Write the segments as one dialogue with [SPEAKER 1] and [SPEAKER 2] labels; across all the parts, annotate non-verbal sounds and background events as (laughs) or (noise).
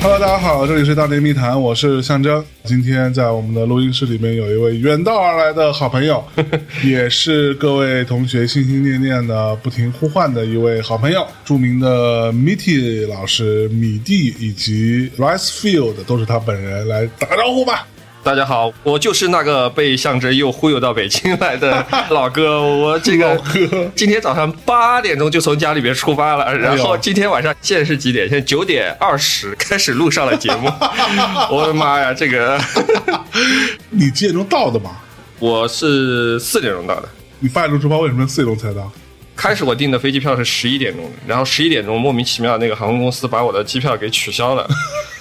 [SPEAKER 1] Hello，大家好，这里是大内密谈，我是象征。今天在我们的录音室里面有一位远道而来的好朋友，也是各位同学心心念念的不停呼唤的一位好朋友，著名的 Mitty 老师米蒂以及 Rice Field 都是他本人，来打个招呼吧。
[SPEAKER 2] 大家好，我就是那个被象征又忽悠到北京来的老哥。我这个
[SPEAKER 1] 哥
[SPEAKER 2] 今天早上八点钟就从家里边出发了，然后今天晚上现在是几点？现在九点二十开始录上了节目。我的妈呀，这个
[SPEAKER 1] 你几点钟到的嘛？
[SPEAKER 2] 我是四点钟到的。
[SPEAKER 1] 你八点钟出发，为什么四点钟才到？
[SPEAKER 2] 开始我订的飞机票是十一点钟的，然后十一点钟莫名其妙那个航空公司把我的机票给取消
[SPEAKER 1] (laughs)
[SPEAKER 2] 了，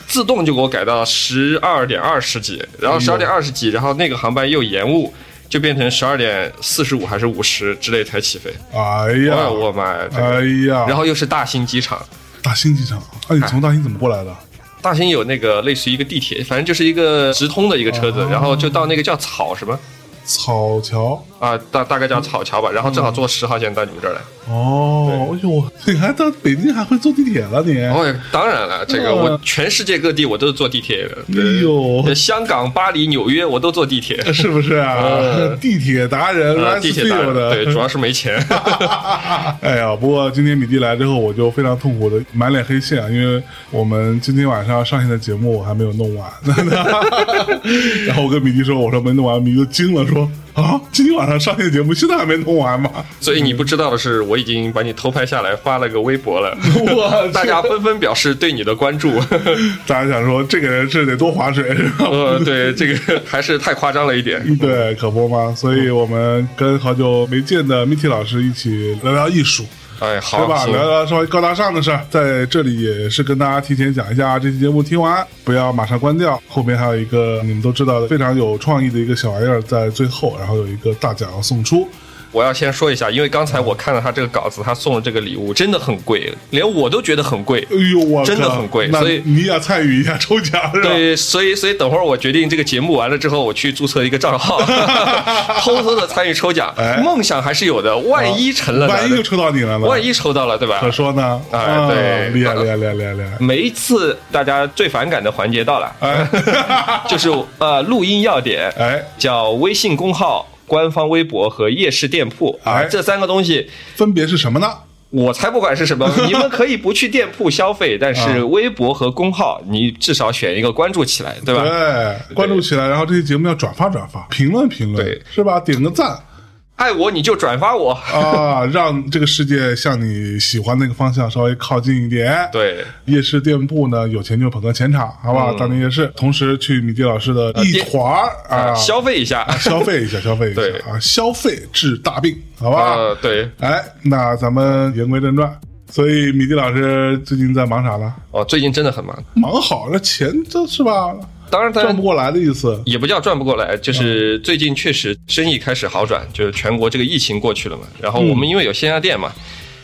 [SPEAKER 2] 自动就给我改到十二点二十几，
[SPEAKER 1] 哎
[SPEAKER 2] 然后十二点二十几，然后那个航班又延误，就变成十二点四十五还是五十之类才起飞。
[SPEAKER 1] 哎
[SPEAKER 2] 哎
[SPEAKER 1] 呀，
[SPEAKER 2] 我妈呀！这个
[SPEAKER 1] 哎呀，
[SPEAKER 2] 然后又是大兴机场，
[SPEAKER 1] 大兴机场，哎，你从大兴怎么过来的？
[SPEAKER 2] 大兴有那个类似于一个地铁，反正就是一个直通的一个车
[SPEAKER 1] 哦
[SPEAKER 2] 子，然后就到那个叫草什么
[SPEAKER 1] 草桥。
[SPEAKER 2] 啊，大大概叫草桥吧，然后正好坐十号线到你们这儿来。
[SPEAKER 1] 哦，哎呦，你还到北京还会坐地铁了你？
[SPEAKER 2] 哦，当然了，这个
[SPEAKER 1] 嗯
[SPEAKER 2] 我全世界各地我都是坐地铁的。对
[SPEAKER 1] 哎呦
[SPEAKER 2] 对香港、巴黎、纽约我都坐地铁。
[SPEAKER 1] (laughs) 是不是啊？
[SPEAKER 2] 嗯
[SPEAKER 1] (laughs) 地铁达人
[SPEAKER 2] 呃，
[SPEAKER 1] ，Rice
[SPEAKER 2] 地铁达
[SPEAKER 1] Field
[SPEAKER 2] 人
[SPEAKER 1] 的，
[SPEAKER 2] 对，主要是没钱。
[SPEAKER 1] (laughs) 哎呀，不过今天米蒂来之后，我就非常痛苦的满脸黑线，啊，因为我们今天晚上要上线的节目我还没有弄完。 (laughs) 然后我跟米蒂说，我说没弄完，米蒂就惊了，说啊，今天晚上上线的节目现在还没弄完吗？ (laughs)
[SPEAKER 2] 所以你不知道的是，我已经把你偷拍下来发了个微博
[SPEAKER 1] (laughs)
[SPEAKER 2] 了，
[SPEAKER 1] 我去
[SPEAKER 2] 大家纷纷表示对你的关
[SPEAKER 1] (laughs)
[SPEAKER 2] 注。
[SPEAKER 1] 大家想说这个人是得多划水是吧？
[SPEAKER 2] 呃，对，这个还是太夸张了一点。
[SPEAKER 1] (laughs) 对，可不嘛，所以我们跟好久没见的 Mitty 老师一起聊聊艺术，
[SPEAKER 2] 哎，
[SPEAKER 1] 对
[SPEAKER 2] 好，
[SPEAKER 1] 吧？
[SPEAKER 2] 行
[SPEAKER 1] 聊聊稍微高大上的事儿，在这里也是跟大家提前讲一下，这期节目听完不要马上关掉，后面还有一个你们都知道的非常有创意的一个小玩意儿在最后，然后有一个大奖要送出。
[SPEAKER 2] 我要先说一下，因为刚才我看了他这个稿子，他送的这个礼物真的很贵，连我都觉得很
[SPEAKER 1] (laughs)
[SPEAKER 2] 贵。
[SPEAKER 1] 哎呦，我靠
[SPEAKER 2] 真的很贵
[SPEAKER 1] 那
[SPEAKER 2] 所以
[SPEAKER 1] 你也要参与一下抽奖是吧？
[SPEAKER 2] 对，所以所以等会儿我决定这个节目完了之后，我去注册一个账号， (laughs) 偷偷的参与抽奖
[SPEAKER 1] 哎，
[SPEAKER 2] 梦想还是有的。万一成了呢，
[SPEAKER 1] 万一就抽到你了呢？
[SPEAKER 2] 万一抽到了，对吧
[SPEAKER 1] 可？说呢？
[SPEAKER 2] 哎
[SPEAKER 1] 啊
[SPEAKER 2] 对
[SPEAKER 1] 厉害厉害厉害厉害厉
[SPEAKER 2] (laughs)
[SPEAKER 1] 害！
[SPEAKER 2] 每一次大家最反感的环节到了，
[SPEAKER 1] 哎， (laughs)
[SPEAKER 2] 就是呃录音要点，
[SPEAKER 1] 哎，
[SPEAKER 2] 叫微信公号、官方微博和夜市店铺
[SPEAKER 1] 哎
[SPEAKER 2] 啊，这三个东西
[SPEAKER 1] 分别是什么呢？
[SPEAKER 2] 我才不管是什么，你们可以不去店铺消费，但是微博和公号你至少选一个关注起来，对吧？
[SPEAKER 1] 对，关注起来，然后这期节目要转发转发，评论评论，
[SPEAKER 2] 对
[SPEAKER 1] 是吧？点个赞
[SPEAKER 2] 爱我你就转发我， (laughs)
[SPEAKER 1] 啊，让这个世界向你喜欢那个方向稍微靠近一点。。
[SPEAKER 2] 对。嗯
[SPEAKER 1] 夜市店铺呢，有钱就捧个钱场，好不好？大年夜市，同时去米蒂老师的一团儿啊，
[SPEAKER 2] 啊，呃消费一下，
[SPEAKER 1] 消费一
[SPEAKER 2] (laughs)
[SPEAKER 1] 下，消费一下
[SPEAKER 2] 对
[SPEAKER 1] 啊，消费治大病，好吧？
[SPEAKER 2] 呃，对，
[SPEAKER 1] 哎，那咱们言归正传，所以米蒂老师最近在忙啥呢？
[SPEAKER 2] 哦，最近真的很忙，
[SPEAKER 1] 忙好，那钱这是吧，
[SPEAKER 2] 当然，当
[SPEAKER 1] 赚不
[SPEAKER 2] 然
[SPEAKER 1] 过来的意思。
[SPEAKER 2] 也不叫转不过来，就是
[SPEAKER 1] 嗯
[SPEAKER 2] 最近确实生意开始好转，就是全国这个疫情过去了嘛，然后我们因为有线下店嘛。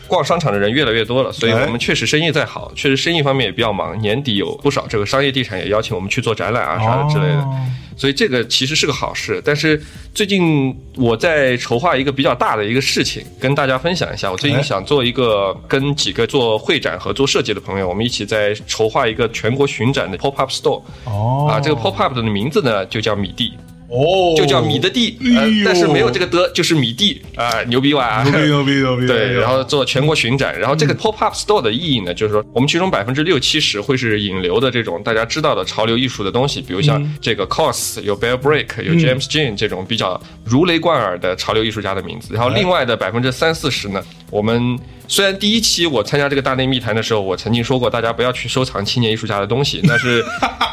[SPEAKER 2] 逛商场的人越来越多了，所以
[SPEAKER 1] 嗯哎
[SPEAKER 2] 我们确实生意在好，确实生意方面也比较忙。年底有不少这个商业地产也邀请我们去做展览啊啥的之类的，
[SPEAKER 1] 哦
[SPEAKER 2] 所以这个其实是个好事。但是最近我在筹划一个比较大的一个事情，跟大家分享一下。我最
[SPEAKER 1] 哎
[SPEAKER 2] 近想做一个跟几个做会展和做设计的朋友，我们一起在筹划一个全国巡展的 pop up store。
[SPEAKER 1] 哦
[SPEAKER 2] 啊，这个 pop up 的名字呢就叫米地，
[SPEAKER 1] 哦，
[SPEAKER 2] 就叫米的地，呃
[SPEAKER 1] 哎呦
[SPEAKER 2] 但是没有这个的，就是米地啊，牛逼吧 (laughs)
[SPEAKER 1] 牛？逼牛逼牛逼！哎嗯
[SPEAKER 2] 对，然后做全国巡展，然后这个 pop up store 的意义呢，就是说我们其中百分之六七十会是引流的这种大家知道的潮流艺术的东西，比如像
[SPEAKER 1] 嗯
[SPEAKER 2] 这个 COS 有 Bear Break 有 James Jean 这种比较如雷贯耳的潮流艺术家的名字，然
[SPEAKER 1] 哎
[SPEAKER 2] 后另外的百分之三四十呢，我们。虽然第一期我参加这个大内密谈的时候，我曾经说过大家不要去收藏青年艺术家的东西，但是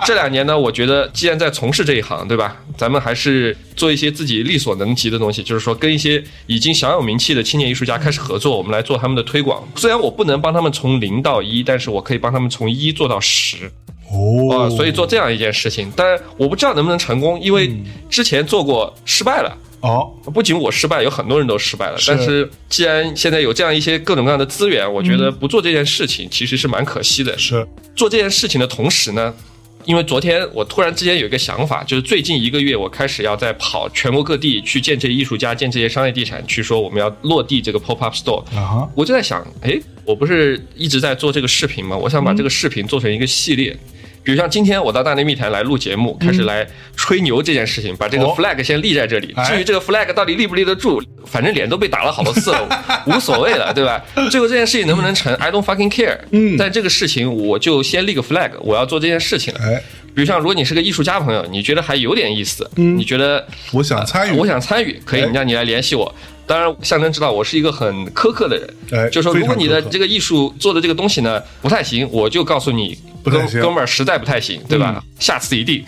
[SPEAKER 2] 这两年呢，我觉得既然在从事这一行，对吧？咱们还是做一些自己力所能及的东西，就是说跟一些已经小有名气的青年艺术家开始合作，我们来做他们的推广。虽然我不能帮他们从零到一，但是我可以帮他们从一做到十。
[SPEAKER 1] 哦
[SPEAKER 2] 啊，，
[SPEAKER 1] 嗯
[SPEAKER 2] 所以做这样一件事情，但我不知道能不能成功，因为之前做过失败了。
[SPEAKER 1] 哦，
[SPEAKER 2] 不仅我失败，有很多人都失败了。
[SPEAKER 1] 是
[SPEAKER 2] 但是既然现在有这样一些各种各样的资源，我觉
[SPEAKER 1] 嗯
[SPEAKER 2] 得不做这件事情其实是蛮可惜的。
[SPEAKER 1] 是，
[SPEAKER 2] 做这件事情的同时呢，因为昨天我突然之间有一个想法，就是最近一个月我开始要在跑全国各地去见这些艺术家，见这些商业地产，去说我们要落地这个 pop up store。
[SPEAKER 1] 啊哈，
[SPEAKER 2] 我就在想，诶，我不是一直在做这个视频吗？我想把
[SPEAKER 1] 嗯
[SPEAKER 2] 这个视频做成一个系列。比如像今天我到大内密谈来录节目，开始来吹牛这件事情，把这个
[SPEAKER 1] 嗯哦
[SPEAKER 2] flag 先立在这里。
[SPEAKER 1] 哎
[SPEAKER 2] 至于这个 flag 到底立不立得住，反正脸都被打了好多
[SPEAKER 1] (laughs)
[SPEAKER 2] 次了，无所谓了，对吧？最后这件事情能不能成，I don't fucking care。
[SPEAKER 1] 嗯
[SPEAKER 2] 但这个事情我就先立个 flag，我要做这件事情了。
[SPEAKER 1] 哎，
[SPEAKER 2] 比如像如果你是个艺术家朋友，你觉得还有点意思，
[SPEAKER 1] 嗯
[SPEAKER 2] 你觉得
[SPEAKER 1] 我想参与，
[SPEAKER 2] 啊我想参与，可以
[SPEAKER 1] 哎，
[SPEAKER 2] 让你来联系我。当然，象征知道我是一个很苛刻的
[SPEAKER 1] 哎
[SPEAKER 2] 人，就说如果你的
[SPEAKER 1] 非常苛刻
[SPEAKER 2] 这个艺术做的这个东西呢不太行，我就告诉你，
[SPEAKER 1] 不
[SPEAKER 2] 哥
[SPEAKER 1] 太行嗯
[SPEAKER 2] 哥们儿实在不太行，对吧？下次一定。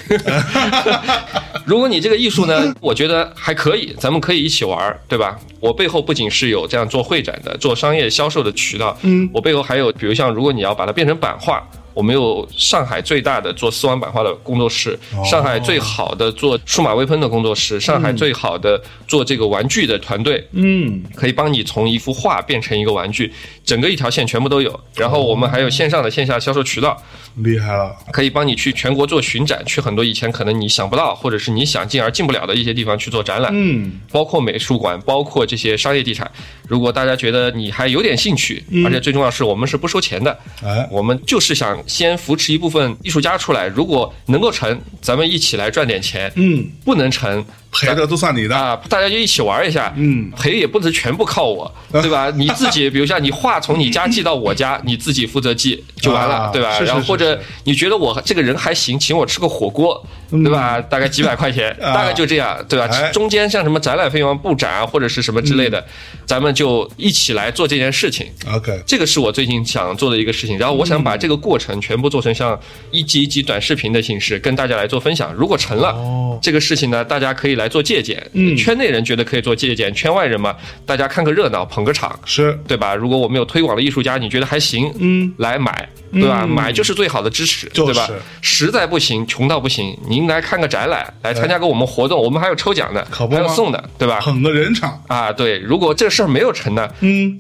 [SPEAKER 2] 如果你这个艺术呢， (laughs) 我觉得还可以，咱们可以一起玩儿，对吧？我背后不仅是有这样做会展的、做商业销售的渠道，
[SPEAKER 1] 嗯
[SPEAKER 2] 我背后还有，比如像如果你要把它变成版画。我们有上海最大的做丝网版画的工作室，
[SPEAKER 1] 哦
[SPEAKER 2] 上海最好的做数码微喷的工作室，上海最好的做这个玩具的团队，
[SPEAKER 1] 嗯，
[SPEAKER 2] 可以帮你从一幅画变成一个玩具，整个一条线全部都有。然后我们还有线上的线下销售渠道，
[SPEAKER 1] 厉害了，
[SPEAKER 2] 可以帮你去全国做巡展，去很多以前可能你想不到，或者是你想进而进不了的一些地方去做展览。
[SPEAKER 1] 嗯，
[SPEAKER 2] 包括美术馆，包括这些商业地产。如果大家觉得你还有点兴趣，
[SPEAKER 1] 嗯
[SPEAKER 2] 而且最重要是我们是不收钱的，
[SPEAKER 1] 哎，
[SPEAKER 2] 我们就是想先扶持一部分艺术家出来。如果能够成，咱们一起来赚点钱；
[SPEAKER 1] 嗯，
[SPEAKER 2] 不能成，
[SPEAKER 1] 赔的都算你的，
[SPEAKER 2] 啊，大家就一起玩一下，
[SPEAKER 1] 嗯
[SPEAKER 2] 赔也不能全部靠我，对
[SPEAKER 1] (laughs)
[SPEAKER 2] 吧？你自己，比如像你话从你家寄到我家，你自己负责寄就完
[SPEAKER 1] 啊
[SPEAKER 2] 了，对吧？
[SPEAKER 1] 是是
[SPEAKER 2] 然后
[SPEAKER 1] 是
[SPEAKER 2] 或者
[SPEAKER 1] 是
[SPEAKER 2] 你觉得我这个人还行，请我吃个火锅，对吧？大概几百块钱，
[SPEAKER 1] 嗯 (laughs) 啊
[SPEAKER 2] 大概就这样，对吧
[SPEAKER 1] 哎？
[SPEAKER 2] 中间像什么展览费用布展啊，或者是什么之类的，
[SPEAKER 1] 嗯
[SPEAKER 2] 咱们就一起来做这件事情。
[SPEAKER 1] OK，
[SPEAKER 2] 这个是我最近想做的一个事情，然后我想把
[SPEAKER 1] 嗯
[SPEAKER 2] 这个过程全部做成像一集一集短视频的形式跟大家来做分享。如果成了、
[SPEAKER 1] 哦
[SPEAKER 2] 这个事情呢，大家可以来做借鉴。
[SPEAKER 1] 嗯
[SPEAKER 2] 圈内人觉得可以做借鉴，圈外人嘛，大家看个热闹，捧个场，
[SPEAKER 1] 是，
[SPEAKER 2] 对吧？如果我们有推广的艺术家，你觉得还行，
[SPEAKER 1] 嗯，
[SPEAKER 2] 来买，对吧？
[SPEAKER 1] 嗯
[SPEAKER 2] 买就是最好的支持，
[SPEAKER 1] 就是
[SPEAKER 2] 对吧？实在不行，穷到不行，您来看个展览，来参加个我们活动，我们还有抽奖的，
[SPEAKER 1] 哎可不
[SPEAKER 2] 还有
[SPEAKER 1] 吗
[SPEAKER 2] 送的，对吧？
[SPEAKER 1] 捧个人场，
[SPEAKER 2] 啊，对，如果这事儿没有成呢，
[SPEAKER 1] 嗯，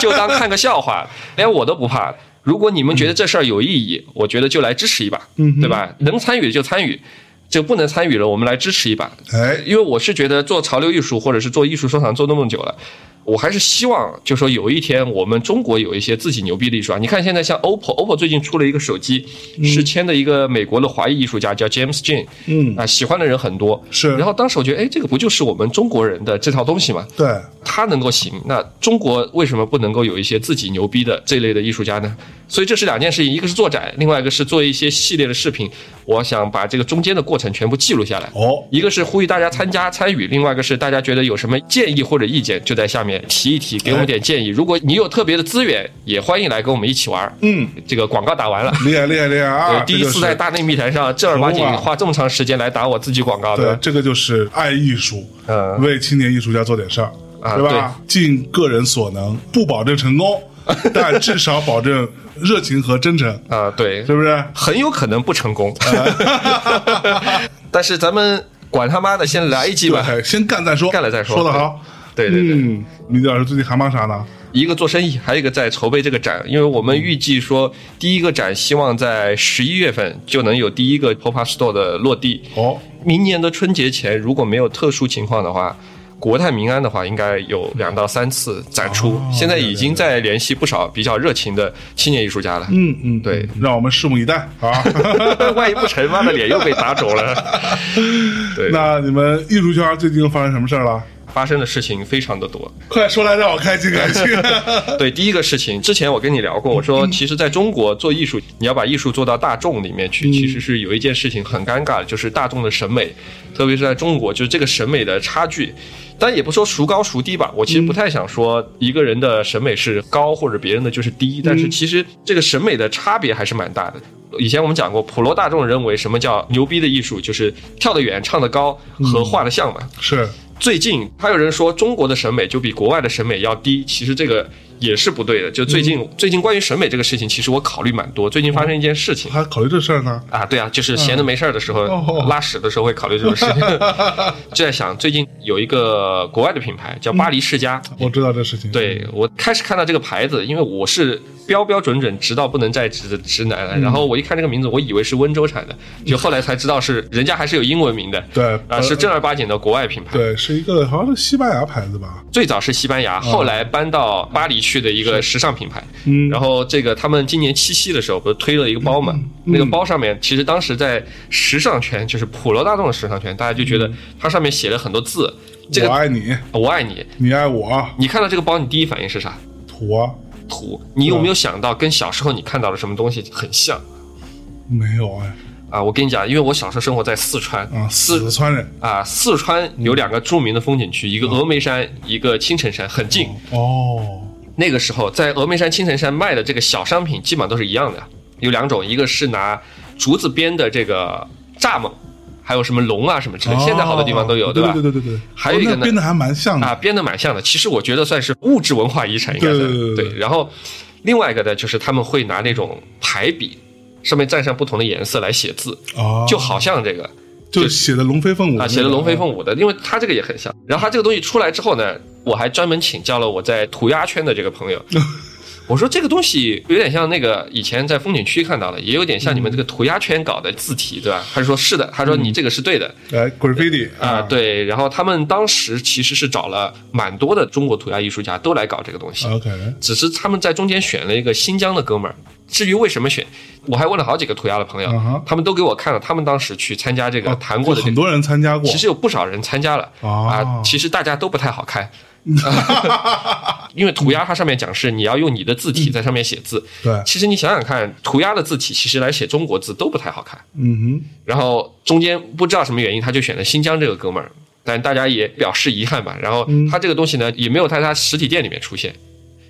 [SPEAKER 2] 就当看个笑话，连我都不怕。如果你们觉得这事儿有意义，我觉得就来支持一把，
[SPEAKER 1] 嗯哼
[SPEAKER 2] 对吧？能参与就参与，就不能参与了，我们来支持一把。
[SPEAKER 1] 哎，
[SPEAKER 2] 因为我是觉得做潮流艺术或者是做艺术收藏做那么久了，我还是希望就说有一天我们中国有一些自己牛逼的艺术啊家。你看现在像 OPPO，OPPO 最近出了一个手机，是签的一个美国的华裔艺术家叫 James Jin，
[SPEAKER 1] 嗯，
[SPEAKER 2] 啊，喜欢的人很多。
[SPEAKER 1] 是
[SPEAKER 2] 然后当时我觉得，哎，这个不就是我们中国人的这套东西吗？
[SPEAKER 1] 对，
[SPEAKER 2] 他能够行，那中国为什么不能够有一些自己牛逼的这类的艺术家呢？所以这是两件事情，一个是做展，另外一个是做一些系列的视频。我想把这个中间的过程全部记录下来。
[SPEAKER 1] 哦，
[SPEAKER 2] 一个是呼吁大家参加参与，另外一个是大家觉得有什么建议或者意见，就在下面提一提，给我们点
[SPEAKER 1] 哎
[SPEAKER 2] 建议。如果你有特别的资源，也欢迎来跟我们一起玩儿。
[SPEAKER 1] 嗯，
[SPEAKER 2] 这个广告打完了。
[SPEAKER 1] 厉害厉害厉害啊！
[SPEAKER 2] 对，第一次在
[SPEAKER 1] 这
[SPEAKER 2] 大内密谈上正儿八经
[SPEAKER 1] 哇
[SPEAKER 2] 花这么长时间来打我自己广告
[SPEAKER 1] 就是，
[SPEAKER 2] 的
[SPEAKER 1] 对，，这个就是爱艺术，
[SPEAKER 2] 嗯
[SPEAKER 1] 为青年艺术家做点事儿，
[SPEAKER 2] 啊
[SPEAKER 1] 对吧？尽个人所能，不保证成
[SPEAKER 2] (laughs)
[SPEAKER 1] 功，但至少保证热情和真诚，
[SPEAKER 2] 啊，对，
[SPEAKER 1] 是不是？
[SPEAKER 2] 很有可能不成
[SPEAKER 1] (laughs)
[SPEAKER 2] 功。但是咱们管他妈的，先来一季吧。
[SPEAKER 1] 对，先干再说，
[SPEAKER 2] 干了再说
[SPEAKER 1] 说。的好，
[SPEAKER 2] 对对对，
[SPEAKER 1] 嗯，米迪老师最近还忙啥呢？
[SPEAKER 2] 一个做生意，还有一个在筹备这个展，因为我们预计说第一个展希望在十一月份就能有第一个 Pop Up Store 的落地。
[SPEAKER 1] 哦，
[SPEAKER 2] 明年的春节前，如果没有特殊情况的话。国泰民安的话，应该有两到三次展出，
[SPEAKER 1] 哦
[SPEAKER 2] 现在已经在联系不少比较热情的青年艺术
[SPEAKER 1] (laughs)
[SPEAKER 2] 家了。
[SPEAKER 1] 嗯嗯，
[SPEAKER 2] 对，
[SPEAKER 1] 让我们拭目以待啊！
[SPEAKER 2] 万一不成，妈的脸又被打肿了。 (laughs) 对，
[SPEAKER 1] 那你们艺术圈最近又发生什么事儿了？
[SPEAKER 2] 发生的事情非常的多。
[SPEAKER 1] 快说来让我开心开
[SPEAKER 2] (laughs)
[SPEAKER 1] 心。
[SPEAKER 2] 对，第一个事情，之前我跟你聊过，我说其实在中国做艺术，你要把艺术做到大众里面去，其实是有一件事情很尴尬的，就是大众的审美，特别是在中国，就是这个审美的差距。但也不说孰高孰低吧，我其实不太想说一个人的审美是高或者别人的就是低，但是其实这个审美的差别还是蛮大的。以前我们讲过，普罗大众认为什么叫牛逼的艺术，就是跳得远、唱得高和画得像嘛。
[SPEAKER 1] 是，
[SPEAKER 2] 最近还有人说中国的审美就比国外的审美要低，其实这个也是不对的。就最近、
[SPEAKER 1] 嗯
[SPEAKER 2] 最近关于审美这个事情，其实我考虑蛮多。最近发生一件事情。
[SPEAKER 1] 还考虑这事儿呢？
[SPEAKER 2] 啊，对啊，就是闲着没事儿的时候，
[SPEAKER 1] 嗯哦
[SPEAKER 2] 拉屎的时候会考虑这种事
[SPEAKER 1] (laughs)
[SPEAKER 2] 情，就在想最近有一个国外的品牌叫巴黎世家，
[SPEAKER 1] 我知道这事情。，
[SPEAKER 2] 对我开始看到这个牌子，因为我是标标准准直到不能再直的直男
[SPEAKER 1] 嗯
[SPEAKER 2] 了。然后我一看这个名字，我以为是温州产的，就后来才知道是人家还是有英文名的。
[SPEAKER 1] 对呃
[SPEAKER 2] 啊，是正儿八经的国外品牌。
[SPEAKER 1] 对，是一个好像是西班牙牌子吧？
[SPEAKER 2] 最早是西班牙，后来搬到巴黎去的一个时尚品牌。
[SPEAKER 1] 啊嗯
[SPEAKER 2] 然后这个他们今年七夕的时候不是推了一个包嘛？那个包上面其实当时在时尚圈，就是普罗大众的时尚圈，大家就觉得它上面写了很多字，这
[SPEAKER 1] 嗯我
[SPEAKER 2] 个
[SPEAKER 1] 爱你，
[SPEAKER 2] 我爱你。
[SPEAKER 1] 你爱我，
[SPEAKER 2] 你看到这个包，你第一反应是啥？
[SPEAKER 1] 土啊？
[SPEAKER 2] 图，你有没有想到跟小时候你看到的什么东西很像
[SPEAKER 1] 没有哎，
[SPEAKER 2] 啊？我跟你讲，因为我小时候生活在四川
[SPEAKER 1] 啊，四川人
[SPEAKER 2] 啊，四川有两个著名的风景区，一
[SPEAKER 1] 嗯
[SPEAKER 2] 个峨眉山，一个青城山，很近。
[SPEAKER 1] 哦，
[SPEAKER 2] 那个时候在峨眉山、青城山卖的这个小商品基本上都是一样的，有两种，一个是拿竹子编的这个蚱蜢，还有什么龙啊什么之类，现在好多地方都有，
[SPEAKER 1] 对
[SPEAKER 2] 吧？
[SPEAKER 1] 哦对对对对，
[SPEAKER 2] 还有一个呢
[SPEAKER 1] 哦那编的还蛮像
[SPEAKER 2] 啊，
[SPEAKER 1] 的，
[SPEAKER 2] 编的蛮像的。其实我觉得算是物质文化遗产，应该算
[SPEAKER 1] 对对对对
[SPEAKER 2] 然后另外一个呢，就是他们会拿那种排笔，上面蘸上不同的颜色来写字，
[SPEAKER 1] 哦，
[SPEAKER 2] 就好像这个
[SPEAKER 1] 就写的龙飞凤舞
[SPEAKER 2] 啊，写的
[SPEAKER 1] 嗯
[SPEAKER 2] 龙飞凤舞的，因为它这个也很像。然后它这个东西出来之后呢，我还专门请教了我在涂鸦圈的这个朋友。
[SPEAKER 1] 嗯
[SPEAKER 2] (laughs) 我说这个东西有点像那个以前在风景区看到的，也有点像你们
[SPEAKER 1] 嗯
[SPEAKER 2] 这个涂鸦圈搞的字体，对吧？他说是的，他说你这个是对的，
[SPEAKER 1] 舞，哎，graffiti
[SPEAKER 2] 啊，，对，然后他们当时其实是找了蛮多的中国涂鸦艺术家都来搞这个东西，
[SPEAKER 1] ，OK，
[SPEAKER 2] 只是他们在中间选了一个新疆的哥们儿。至于为什么选，我还问了好几个涂鸦的朋友
[SPEAKER 1] 嗯哼
[SPEAKER 2] 他们都给我看了他们当时去参加这个谈过的
[SPEAKER 1] 就
[SPEAKER 2] 这
[SPEAKER 1] 很
[SPEAKER 2] 个。
[SPEAKER 1] 多人参加过，
[SPEAKER 2] 其实有不少人参加了、
[SPEAKER 1] 哦
[SPEAKER 2] 啊，其实大家都不太好看， (laughs) 因为涂鸦它上面讲是你要用你的字体在上面写字。
[SPEAKER 1] 对，
[SPEAKER 2] 其实你想想看，涂鸦的字体其实来写中国字都不太好看。
[SPEAKER 1] 嗯
[SPEAKER 2] 然后中间不知道什么原因，他就选了新疆这个哥们儿，但大家也表示遗憾吧。然后他这个东西呢，也没有在他实体店里面出现，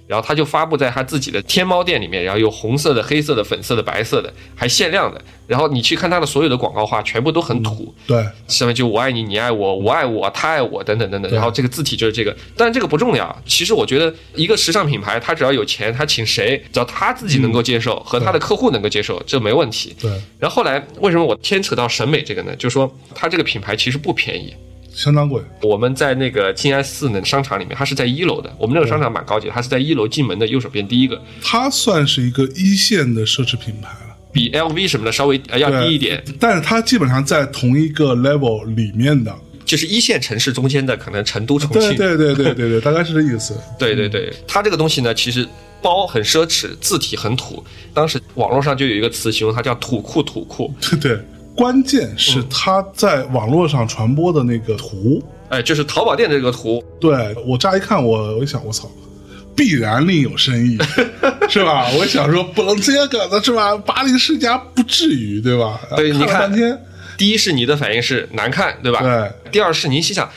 [SPEAKER 2] 然后他就发布在他自己的天猫店里面，然后有红色的、黑色的、粉色的、白色的，还限量的。然后你去看他的所有的广告画，全部都很土，
[SPEAKER 1] 哼，对，
[SPEAKER 2] 上面就我爱你，你爱我，我爱我，他爱我，等等等等。然后这个字体就是这个，但这个不重要。其实我觉得一个时尚品牌，他只要有钱，他请谁，只要他自己能够接受和他的客户能够接受，这没问题。
[SPEAKER 1] 嗯对，
[SPEAKER 2] 然后后来为什么我牵扯到审美这个呢？就说它这个品牌其实不便宜。
[SPEAKER 1] 相当贵，
[SPEAKER 2] 我们在那个静安寺的商场里面，它是在一楼的。我们那个商场蛮高级的，它是在一楼进门的右手边第一个，
[SPEAKER 1] 它算是一个一线的奢侈品牌了，
[SPEAKER 2] 比 LV 什么的稍微呃要
[SPEAKER 1] 对
[SPEAKER 2] 低一点，
[SPEAKER 1] 但是它基本上在同一个 level 里面的，
[SPEAKER 2] 就是一线城市中间的可能成都、重
[SPEAKER 1] 对
[SPEAKER 2] 庆。
[SPEAKER 1] 对对
[SPEAKER 2] (laughs)
[SPEAKER 1] 对对对，大概是这意思，
[SPEAKER 2] 对对对，它这个东西呢，其实包很奢侈，字体很土。当时网络上就有一个词形容它叫“土库土库
[SPEAKER 1] 对对。关键是它在网络上传播的那个图，”，
[SPEAKER 2] 哎，就是淘宝店这个图，
[SPEAKER 1] 对我乍一看我，我一想，我操，必然另有
[SPEAKER 2] (laughs)
[SPEAKER 1] 深意，是吧？我想说，不能这个的是吧？巴黎世家不至于，对吧？
[SPEAKER 2] 对
[SPEAKER 1] 看
[SPEAKER 2] 你
[SPEAKER 1] 了
[SPEAKER 2] 看
[SPEAKER 1] 半天，
[SPEAKER 2] 第一是你的反应是难看，对吧？
[SPEAKER 1] 对。
[SPEAKER 2] 第二是您心想，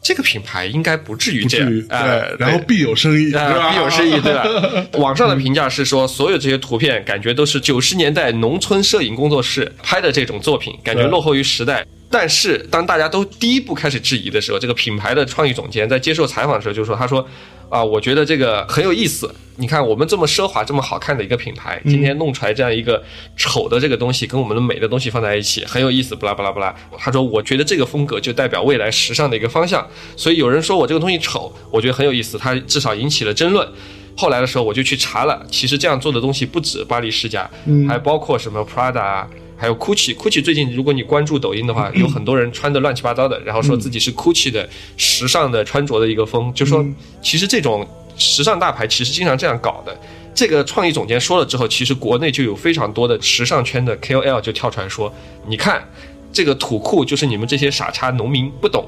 [SPEAKER 2] 这个品牌应该不至于
[SPEAKER 1] 不
[SPEAKER 2] 这样
[SPEAKER 1] 至于，，
[SPEAKER 2] 哎
[SPEAKER 1] 对，然后必有深意，是吧？ (laughs)
[SPEAKER 2] 啊，必有深意，对吧？ (laughs) 网上的评价是说，所有这些图片感觉都是九十年代农村摄影工作室拍的这种作品，感觉
[SPEAKER 1] 对
[SPEAKER 2] 落后于时代。但是当大家都第一步开始质疑的时候，这个品牌的创意总监在接受采访的时候就说：“他说啊，我觉得这个很有意思。你看我们这么奢华、这么好看的一个品牌，今天弄出来这样一个丑的这个东西，跟我们的美的东西放在一起，很有意思。不啦不啦不啦。”他说：“我觉得这个风格就代表未来时尚的一个方向。所以有人说我这个东西丑，我觉得很有意思，它至少引起了争论。”后来的时候，我就去查了，其实这样做的东西不止巴黎世家，
[SPEAKER 1] 嗯
[SPEAKER 2] 还包括什么 Prada 啊，还有 Gucci。Gucci 最近，如果你关注抖音的话，有很多人穿的乱七八糟的，然后说自己是 Gucci 的时尚的穿着的一个风，就说其实这种时尚大牌其实经常这样搞的。这个创意总监说了之后，其实国内就有非常多的时尚圈的 KOL 就跳出来说：“你看，这个土库就是你们这些傻叉农民不懂。”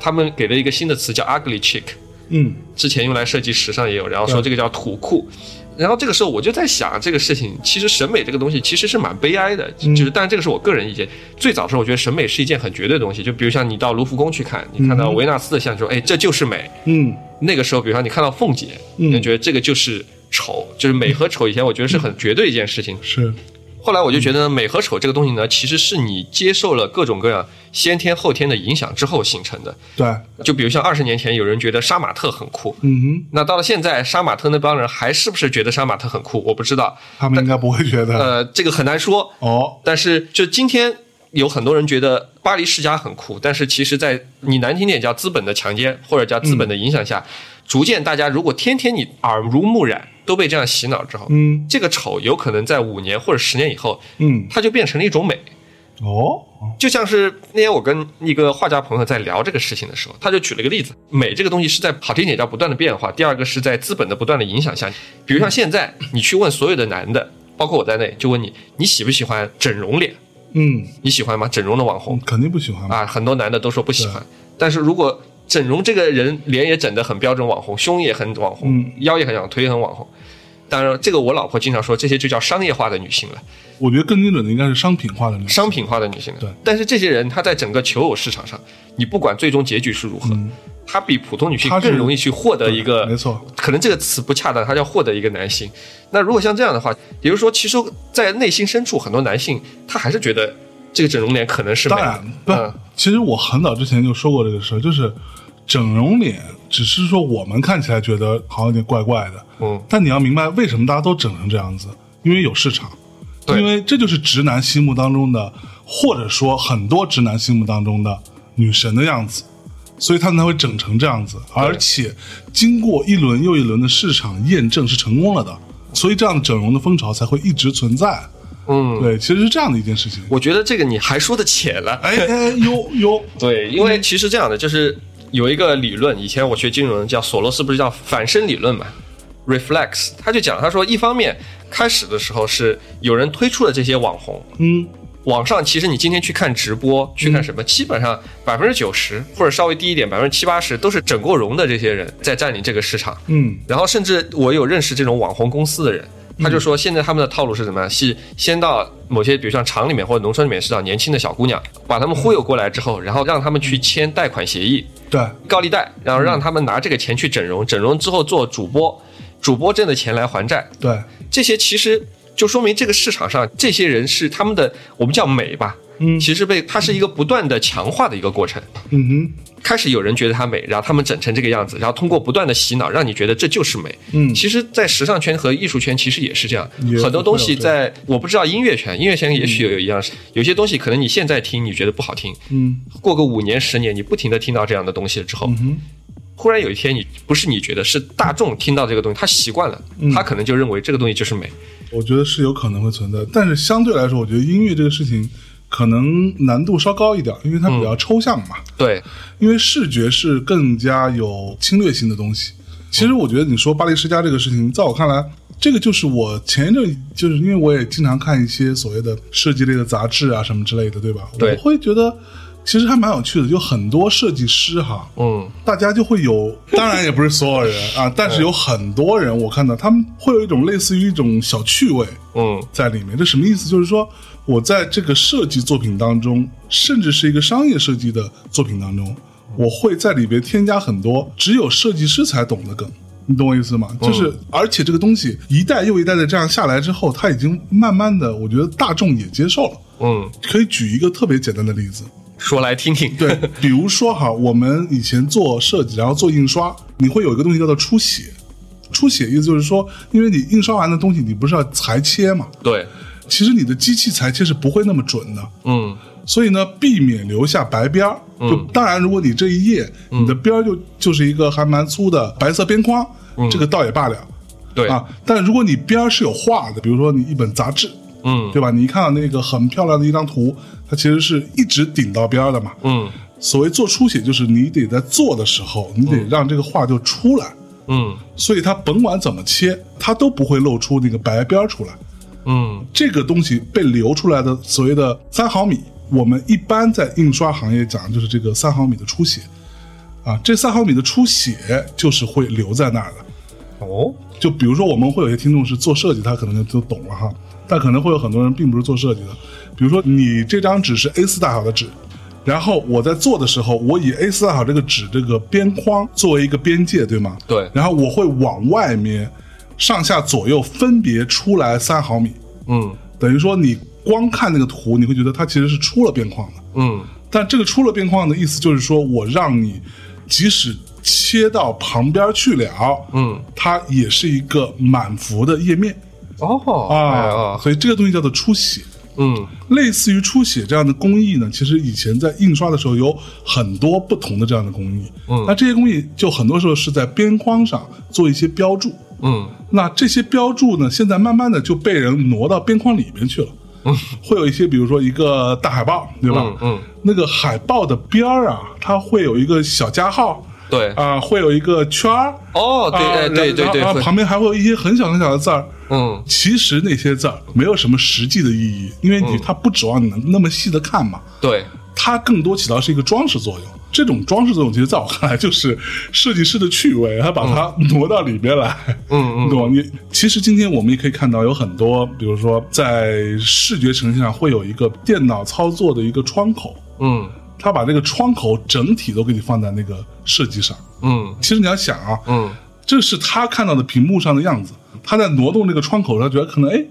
[SPEAKER 2] 他们给了一个新的词叫 “ugly chic”，
[SPEAKER 1] 嗯，
[SPEAKER 2] 之前用来设计时尚也有，然后说这个叫土库。然后这个时候我就在想，这个事情其实审美这个东西其实是蛮悲哀的，就是但这个是我个人意见。最早的时候，我觉得审美是一件很绝对的东西，就比如像你到卢浮宫去看，你看到维纳斯的像说，哎，这就是美。
[SPEAKER 1] 嗯，
[SPEAKER 2] 那个时候，比如说你看到凤姐，你就觉得这个就是丑，就是美和丑。以前我觉得是很绝对一件事情，
[SPEAKER 1] 是，
[SPEAKER 2] 后来我就觉得美和丑这个东西呢，其实是你接受了各种各样先天后天的影响之后形成的。
[SPEAKER 1] 对，
[SPEAKER 2] 就比如像二十年前有人觉得杀马特很酷，
[SPEAKER 1] 嗯
[SPEAKER 2] 那到了现在，杀马特那帮人还是不是觉得杀马特很酷？我不知道，
[SPEAKER 1] 哼，他们应该不会觉得
[SPEAKER 2] 呃，这个很难说。
[SPEAKER 1] 嗯哦，
[SPEAKER 2] 但是就今天有很多人觉得巴黎世家很酷，但是其实，在你难听点叫资本的强奸或者叫资本的影响下，
[SPEAKER 1] 嗯
[SPEAKER 2] 逐渐大家如果天天你耳濡目染，都被这样洗脑之后，
[SPEAKER 1] 嗯
[SPEAKER 2] 这个丑有可能在五年或者十年以后，
[SPEAKER 1] 嗯，
[SPEAKER 2] 它就变成了一种美。
[SPEAKER 1] 哦，
[SPEAKER 2] 就像是那天我跟一个画家朋友在聊这个事情的时候，他就举了一个例子：美这个东西是在好听点叫不断的变化，第二个是在资本的不断的影响下。比如像现在，你去问所有的男的，包括我在内，就问你你喜不喜欢整容脸？
[SPEAKER 1] 嗯，
[SPEAKER 2] 你喜欢吗？整容的网红
[SPEAKER 1] 肯定不喜欢嘛，
[SPEAKER 2] 啊，很多男的都说不喜欢。但是如果整容这个人脸也整得很标准网红，胸也很网红，
[SPEAKER 1] 嗯
[SPEAKER 2] 腰也很网红，腿也很网红。当然，这个我老婆经常说，这些就叫商业化的女性了。
[SPEAKER 1] 我觉得更精准的应该是商品化的那种
[SPEAKER 2] 商品化的女性了。
[SPEAKER 1] 对，
[SPEAKER 2] 但是这些人她在整个求偶市场上，你不管最终结局是如何，
[SPEAKER 1] 嗯
[SPEAKER 2] 她比普通女性
[SPEAKER 1] 她是
[SPEAKER 2] 更容易去获得一个，
[SPEAKER 1] 没错，
[SPEAKER 2] 可能这个词不恰当，她叫获得一个男性。那如果像这样的话，也就是说，其实在内心深处，很多男性他还是觉得这个整容脸可能是美
[SPEAKER 1] 当
[SPEAKER 2] 的
[SPEAKER 1] 然，，不、
[SPEAKER 2] 嗯，
[SPEAKER 1] 其实我很早之前就说过这个事儿，就是整容脸，只是说我们看起来觉得好像有点怪怪的，
[SPEAKER 2] 嗯，
[SPEAKER 1] 但你要明白为什么大家都整成这样子，因为有市场，
[SPEAKER 2] 对
[SPEAKER 1] 因为这就是直男心目当中的，或者说很多直男心目当中的女神的样子。所以他们才会整成这样子，而且经过一轮又一轮的市场验证是成功了的，所以这样的整容的风潮才会一直存在。
[SPEAKER 2] 嗯，
[SPEAKER 1] 对，其实是这样的一件事情。
[SPEAKER 2] 我觉得这个你还说的浅了。
[SPEAKER 1] 哎哎呦呦，
[SPEAKER 2] 对，因为其实这样的就是有一个理论，以前我学金融叫索罗斯，不是叫反身理论嘛？Reflex，他就讲，他说一方面开始的时候是有人推出了这些网红，
[SPEAKER 1] 嗯，
[SPEAKER 2] 网上其实你今天去看直播，去看什么，基本上百分之九十或者稍微低一点百分之七八十都是整过容的这些人在占领这个市场。
[SPEAKER 1] 嗯
[SPEAKER 2] 然后甚至我有认识这种网红公司的人，他就说现在他们的套路是什么样？是先到某些比如像厂里面或者农村里面是找年轻的小姑娘，把他们忽悠过来之后，然后让他们去签贷款协议，，
[SPEAKER 1] 对，
[SPEAKER 2] 高利贷，然后让他们拿这个钱去整容，整容之后做主播，主播挣的钱来还债，
[SPEAKER 1] 对，
[SPEAKER 2] 这些其实就说明这个市场上这些人是他们的我们叫美吧，
[SPEAKER 1] 嗯
[SPEAKER 2] 其实被它是一个不断的强化的一个过程。
[SPEAKER 1] 嗯哼，
[SPEAKER 2] 开始有人觉得它美，然后他们整成这个样子，然后通过不断的洗脑，让你觉得这就是美。
[SPEAKER 1] 嗯
[SPEAKER 2] 其实，在时尚圈和艺术圈其实也是这样
[SPEAKER 1] 也，
[SPEAKER 2] 很多东西
[SPEAKER 1] 会有这
[SPEAKER 2] 在我不知道音乐圈，音乐圈也许有一样是，有些东西可能你现在听你觉得不好听，
[SPEAKER 1] 嗯
[SPEAKER 2] 过个五年十年，你不停的听到这样的东西之后，
[SPEAKER 1] 哼
[SPEAKER 2] 忽然有一天你不是你觉得是大众听到这个东西，他习惯了，
[SPEAKER 1] 嗯
[SPEAKER 2] 他可能就认为这个东西就是美。
[SPEAKER 1] 我觉得是有可能会存在，但是相对来说，我觉得音乐这个事情可能难度稍高一点，因为它比较抽象嘛，
[SPEAKER 2] 对，
[SPEAKER 1] 因为视觉是更加有侵略性的东西。其实我觉得你说巴黎世家这个事情，在我看来，这个就是我前一阵就是因为我也经常看一些所谓的设计类的杂志啊什么之类的，对吧？
[SPEAKER 2] 对
[SPEAKER 1] 我会觉得其实还蛮有趣的，有很多设计师哈，
[SPEAKER 2] 嗯，
[SPEAKER 1] 大家就会有，当然也不是所有人啊，但是有很多人，我看到他们会有一种类似于一种小趣味
[SPEAKER 2] 嗯，
[SPEAKER 1] 在里面。这什么意思？就是说我在这个设计作品当中，甚至是一个商业设计的作品当中，我会在里边添加很多只有设计师才懂的梗。你懂我意思吗？就是，而且这个东西一代又一代的这样下来之后，它已经慢慢的，我觉得大众也接受了。
[SPEAKER 2] 嗯，
[SPEAKER 1] 可以举一个特别简单的例子，
[SPEAKER 2] 说来听听。
[SPEAKER 1] 对，比如说哈，我们以前做设计，然后做印刷，你会有一个东西叫做出血。出血意思就是说，因为你印刷完的东西，你不是要裁切嘛？
[SPEAKER 2] 对，
[SPEAKER 1] 其实你的机器裁切是不会那么准的，
[SPEAKER 2] 嗯，
[SPEAKER 1] 所以呢，避免留下白边儿。就当然，如果你这一页、
[SPEAKER 2] 嗯
[SPEAKER 1] 你的边儿就就是一个还蛮粗的白色边框，这个倒也罢了
[SPEAKER 2] 嗯对，
[SPEAKER 1] 啊。但如果你边儿是有画的，比如说你一本杂志，
[SPEAKER 2] 嗯
[SPEAKER 1] 对吧？你一看到那个很漂亮的一张图，它其实是一直顶到边儿的嘛，
[SPEAKER 2] 嗯
[SPEAKER 1] 所谓做出血，就是你得在做的时候，你得让这个画就出来，
[SPEAKER 2] 嗯
[SPEAKER 1] 所以它甭管怎么切，它都不会露出那个白边儿出来。
[SPEAKER 2] 嗯，
[SPEAKER 1] 这个东西被留出来的所谓的三毫米，我们一般在印刷行业讲就是这个三毫米的出血，啊，这三毫米的出血就是会留在那儿的。
[SPEAKER 2] 哦，
[SPEAKER 1] 就比如说我们会有些听众是做设计，他可能就就懂了哈，但可能会有很多人并不是做设计的。比如说你这张纸是 A 4大小的纸，然后我在做的时候，我以 A 4大小这个纸这个边框作为一个边界，对吗？
[SPEAKER 2] 对
[SPEAKER 1] 然后我会往外面上下左右分别出来三毫米，
[SPEAKER 2] 嗯
[SPEAKER 1] 等于说你光看那个图，你会觉得它其实是出了边框的。
[SPEAKER 2] 嗯，
[SPEAKER 1] 但这个出了边框的意思就是说，我让你即使切到旁边去了，
[SPEAKER 2] 嗯，
[SPEAKER 1] 它也是一个满幅的页面
[SPEAKER 2] 哦，哎
[SPEAKER 1] 啊，
[SPEAKER 2] 哦，
[SPEAKER 1] 所以这个东西叫做出写。
[SPEAKER 2] 嗯
[SPEAKER 1] 类似于出血这样的工艺呢，其实以前在印刷的时候有很多不同的这样的工艺。
[SPEAKER 2] 嗯
[SPEAKER 1] 那这些工艺就很多时候是在边框上做一些标注。
[SPEAKER 2] 嗯
[SPEAKER 1] 那这些标注呢，现在慢慢的就被人挪到边框里面去了。嗯， (laughs) 会有一些，比如说一个大海报，对吧？
[SPEAKER 2] 嗯嗯，
[SPEAKER 1] 那个海报的边儿啊，它会有一个小加号。
[SPEAKER 2] 对
[SPEAKER 1] 啊、会有一个圈儿。
[SPEAKER 2] 哦，对，
[SPEAKER 1] 啊
[SPEAKER 2] 哎，对对
[SPEAKER 1] 然后
[SPEAKER 2] 对，
[SPEAKER 1] 然后
[SPEAKER 2] 会
[SPEAKER 1] 旁边还会有一些很小很小的字儿。
[SPEAKER 2] 嗯
[SPEAKER 1] 其实那些字儿没有什么实际的意义，因为你
[SPEAKER 2] 嗯
[SPEAKER 1] 它不指望你能那么细的看嘛，
[SPEAKER 2] 对，
[SPEAKER 1] 它更多起到是一个装饰作用。这种装饰作用，其实在我看来就是设计师的趣味，他把它挪到里边来，
[SPEAKER 2] 嗯
[SPEAKER 1] 嗯，懂吗你其实今天我们也可以看到有很多，比如说在视觉呈现上会有一个电脑操作的一个窗口，
[SPEAKER 2] 嗯
[SPEAKER 1] 他把这个窗口整体都给你放在那个设计上。
[SPEAKER 2] 嗯
[SPEAKER 1] 其实你要想啊，
[SPEAKER 2] 嗯
[SPEAKER 1] 这是他看到的屏幕上的样子。他在挪动这个窗口，他觉得可能哎，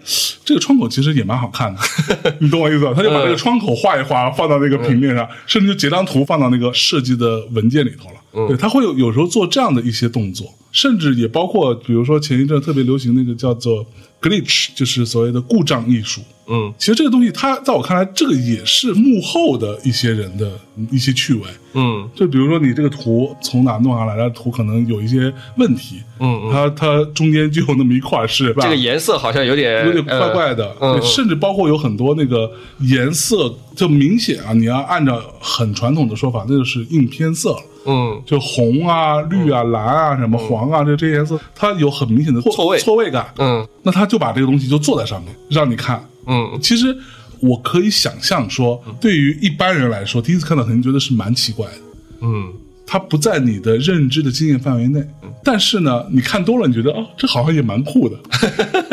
[SPEAKER 1] 这个窗口其实也蛮好看的，你懂我意思吧？他就把这个窗口画一画，放到那个平面上，甚至就截张图放到那个设计的文件里头了。对，他会有有时候做这样的一些动作，甚至也包括比如说前一阵特别流行那个叫做 glitch，就是所谓的故障艺术。
[SPEAKER 2] 嗯
[SPEAKER 1] 其实这个东西，它在我看来，这个也是幕后的一些人的一些趣味。
[SPEAKER 2] 嗯
[SPEAKER 1] 就比如说你这个图从哪弄上来，然后图可能有一些问题，
[SPEAKER 2] 嗯，
[SPEAKER 1] 它它中间就有那么一块儿是吧？
[SPEAKER 2] 这个颜色好像有点
[SPEAKER 1] 有点怪怪的，
[SPEAKER 2] 呃嗯
[SPEAKER 1] 对甚至包括有很多那个颜色就明显啊，你要按照很传统的说法，那就是硬偏色了。
[SPEAKER 2] 嗯
[SPEAKER 1] 就红啊、绿啊、蓝啊、什么黄啊，这这些颜色，它有很明显的
[SPEAKER 2] 错位
[SPEAKER 1] 错位感。
[SPEAKER 2] 嗯
[SPEAKER 1] 那他就把这个东西就做在上面，让你看，
[SPEAKER 2] 嗯
[SPEAKER 1] 其实我可以想象说，对于一般人来说，第一次看到肯定觉得是蛮奇怪的，
[SPEAKER 2] 嗯
[SPEAKER 1] 它不在你的认知的经验范围内。但是呢，你看多了，你觉得哦，这好像也蛮
[SPEAKER 2] (laughs)
[SPEAKER 1] 酷的，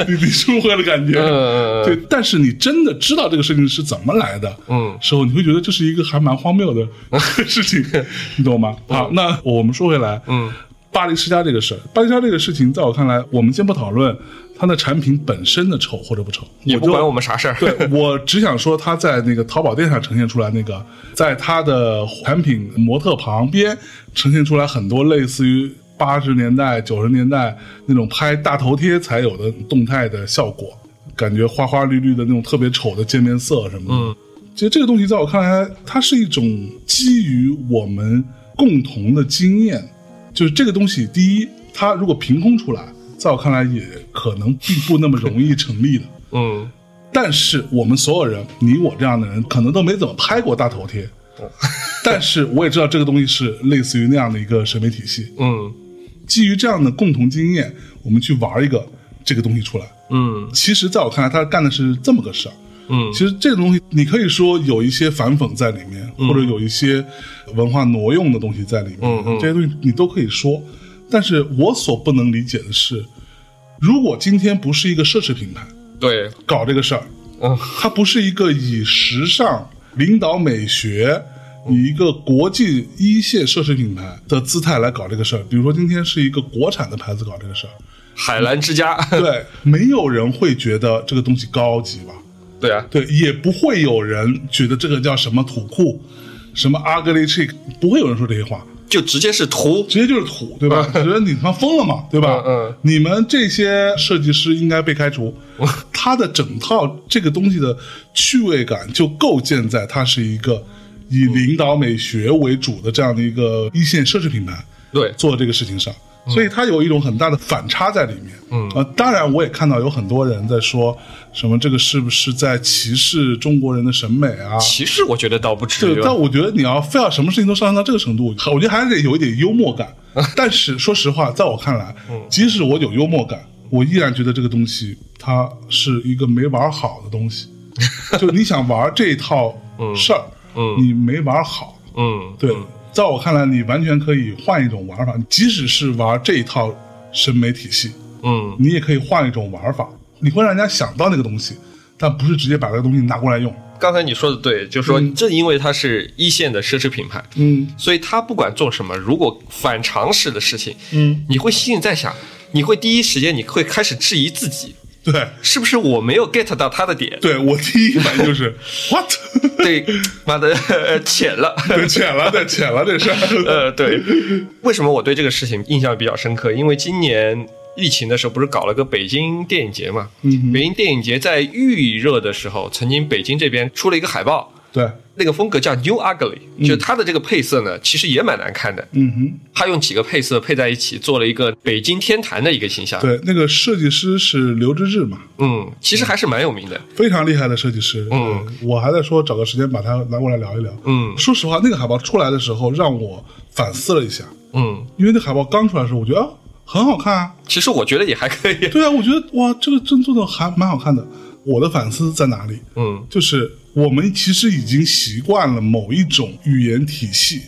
[SPEAKER 1] 你你是不是会有这感觉？
[SPEAKER 2] 嗯
[SPEAKER 1] 对，但是你真的知道这个事情是怎么来的，
[SPEAKER 2] 嗯
[SPEAKER 1] 时候，你会觉得这是一个还蛮荒谬的
[SPEAKER 2] (laughs)
[SPEAKER 1] 事情，你懂吗？好，那我们说回来，
[SPEAKER 2] 嗯，
[SPEAKER 1] 巴黎世家这个事儿，巴黎世家这个事情，在我看来，我们先不讨论它的产品本身的丑或者不丑，
[SPEAKER 2] 也不
[SPEAKER 1] 就
[SPEAKER 2] 管我们啥 (laughs) 事儿，
[SPEAKER 1] 对我只想说，他在那个淘宝店上呈现出来那个，在他的产品模特旁边呈现出来很多类似于八十年代、九十年代那种拍大头贴才有的动态的效果，感觉花花绿绿的那种特别丑的界面色什么的。
[SPEAKER 2] 嗯，
[SPEAKER 1] 其实这个东西在我看来，它是一种基于我们共同的经验，就是这个东西，第一，它如果凭空出来，在我看来也可能并不那么容易成立的。
[SPEAKER 2] 嗯
[SPEAKER 1] 但是我们所有人，你我这样的人，可能都没怎么拍过大头
[SPEAKER 2] (laughs)
[SPEAKER 1] 贴，但是我也知道这个东西是类似于那样的一个审美体系。
[SPEAKER 2] 嗯
[SPEAKER 1] 基于这样的共同经验，我们去玩一个这个东西出来。
[SPEAKER 2] 嗯
[SPEAKER 1] 其实，在我看来，他干的是这么个事儿。
[SPEAKER 2] 嗯
[SPEAKER 1] 其实这个东西，你可以说有一些反讽在里面，或者有一些文化挪用的东西在里面，
[SPEAKER 2] 嗯嗯
[SPEAKER 1] 这些东西你都可以说。但是我所不能理解的是，如果今天不是一个奢侈品牌
[SPEAKER 2] 对，
[SPEAKER 1] 搞这个事儿，
[SPEAKER 2] 嗯
[SPEAKER 1] 它不是一个以时尚领导美学。以一个国际一线奢侈品牌的姿态来搞这个事儿，比如说今天是一个国产的牌子搞这个事儿，
[SPEAKER 2] 海澜之家， (laughs)
[SPEAKER 1] 对，没有人会觉得这个东西高级吧？
[SPEAKER 2] 对啊，
[SPEAKER 1] 对，也不会有人觉得这个叫什么土酷，什么 ugly chic，不会有人说这些话，
[SPEAKER 2] 就直接是图，
[SPEAKER 1] 直接就是土，对吧？觉得你他妈疯了
[SPEAKER 2] (laughs)
[SPEAKER 1] 嘛，对吧？
[SPEAKER 2] 嗯嗯
[SPEAKER 1] 你们这些设计师应该被
[SPEAKER 2] (laughs)
[SPEAKER 1] 开除。他的整套这个东西的趣味感就构建在它是一个以
[SPEAKER 2] 嗯
[SPEAKER 1] 领导美学为主的这样的一个一线奢侈品牌。
[SPEAKER 2] 对，
[SPEAKER 1] 做这个事情上，所以它有一种很大的反差在里面。
[SPEAKER 2] 嗯
[SPEAKER 1] 呃，当然我也看到有很多人在说什么这个是不是在歧视中国人的审美啊？
[SPEAKER 2] 其实我觉得倒不至
[SPEAKER 1] 对
[SPEAKER 2] 于，，
[SPEAKER 1] 但我觉得你要非要什么事情都上升到这个程度，我觉得还得有一点幽默感。
[SPEAKER 2] 嗯
[SPEAKER 1] (laughs) 但是说实话，在我看来，即使我有幽默感，我依然觉得这个东西它是一个没玩好的东
[SPEAKER 2] (laughs)
[SPEAKER 1] 西。就你想玩这一套事儿，
[SPEAKER 2] 嗯
[SPEAKER 1] 你没玩好，
[SPEAKER 2] 嗯，
[SPEAKER 1] 对，在我看来，你完全可以换一种玩法，即使是玩这一套审美体系，
[SPEAKER 2] 嗯
[SPEAKER 1] 你也可以换一种玩法，你会让人家想到那个东西，但不是直接把这个东西拿过来用。
[SPEAKER 2] 刚才你说的对，就说正因为它是一线的奢侈品牌，
[SPEAKER 1] 嗯
[SPEAKER 2] 所以它不管做什么，如果反常识的事情，
[SPEAKER 1] 嗯，
[SPEAKER 2] 你会心里在想，你会第一时间你会开始质疑自己，
[SPEAKER 1] (laughs) 对
[SPEAKER 2] 是不是我没有 get 到他的点？
[SPEAKER 1] (laughs) 对，我第一反应就是
[SPEAKER 2] (laughs)
[SPEAKER 1] what， (laughs)
[SPEAKER 2] 对，妈的，呃浅了。
[SPEAKER 1] 对，浅了，对，浅了这事儿。
[SPEAKER 2] 呃，对，为什么我对这个事情印象比较深刻？因为今年疫情的时候，不是搞了个北京电影节嘛？
[SPEAKER 1] 嗯
[SPEAKER 2] 北京电影节在预热的时候，曾经北京这边出了一个海报，
[SPEAKER 1] 对，
[SPEAKER 2] 那个风格叫 New Ugly，就是它的这个配色呢，其实也蛮难看的。
[SPEAKER 1] 嗯哼，
[SPEAKER 2] 它用几个配色配在一起，做了一个北京天坛的一个形象。
[SPEAKER 1] 对，那个设计师是刘志志嘛，
[SPEAKER 2] 嗯，其实还是蛮有名的。
[SPEAKER 1] 非常厉害的设计师。嗯，我还在说找个时间把他拿过来聊一聊。
[SPEAKER 2] 嗯
[SPEAKER 1] 说实话，那个海报出来的时候让我反思了一下，
[SPEAKER 2] 嗯，
[SPEAKER 1] 因为那海报刚出来的时候，我觉得啊很好看啊，
[SPEAKER 2] 其实我觉得也还可以。
[SPEAKER 1] 对啊，我觉得哇这个真做的还蛮好看的。我的反思在哪里？
[SPEAKER 2] 嗯
[SPEAKER 1] 就是我们其实已经习惯了某一种语言体系，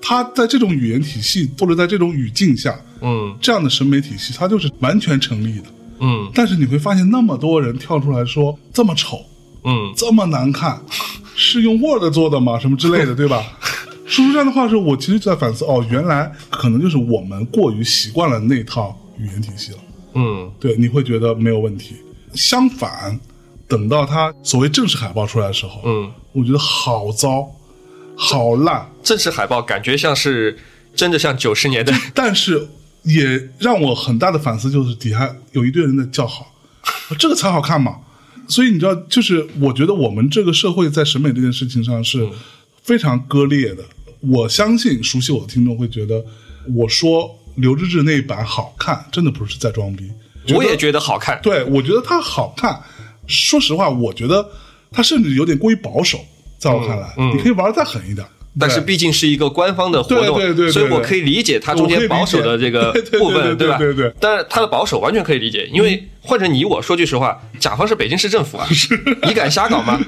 [SPEAKER 1] 它在这种语言体系或者在这种语境下，
[SPEAKER 2] 嗯
[SPEAKER 1] 这样的审美体系它就是完全成立的。
[SPEAKER 2] 嗯
[SPEAKER 1] 但是你会发现，那么多人跳出来说这么丑，
[SPEAKER 2] 嗯，
[SPEAKER 1] 这么难看，是用 Word 做的吗？什么之类的，对吧？ (laughs) 说出这样的话时，我其实就在反思，哦，原来可能就是我们过于习惯了那套语言体系了。
[SPEAKER 2] 嗯
[SPEAKER 1] 对，你会觉得没有问题。相反，等到它所谓正式海报出来的时候，
[SPEAKER 2] 嗯，
[SPEAKER 1] 我觉得好糟，好烂，
[SPEAKER 2] 正式海报感觉像是真的像九十年代。
[SPEAKER 1] 但是也让我很大的反思，就是底下有一堆人在叫好，这个才好看嘛。所以你知道，就是我觉得我们这个社会在审美这件事情上
[SPEAKER 2] 嗯
[SPEAKER 1] 是非常割裂的。我相信熟悉我的听众会觉得，我说刘志志那一版好看，真的不是在装逼。
[SPEAKER 2] 我也觉得好看。
[SPEAKER 1] 对，我觉得它好看。说实话，我觉得它甚至有点过于保守，在我看来，你可以玩的再狠一点。
[SPEAKER 2] 嗯但是
[SPEAKER 1] 对
[SPEAKER 2] 毕竟是一个官方的活动，
[SPEAKER 1] 对对对对
[SPEAKER 2] 所以我可以理解它中间保守的这个
[SPEAKER 1] 我可以理解
[SPEAKER 2] 部分，
[SPEAKER 1] (laughs) 对对对对
[SPEAKER 2] 吧？
[SPEAKER 1] 对对对嗯
[SPEAKER 2] 但是它的保守完全可以理解，因为换成你我说句实话，甲方是北京市政府
[SPEAKER 1] (laughs)
[SPEAKER 2] 啊，你敢瞎搞吗？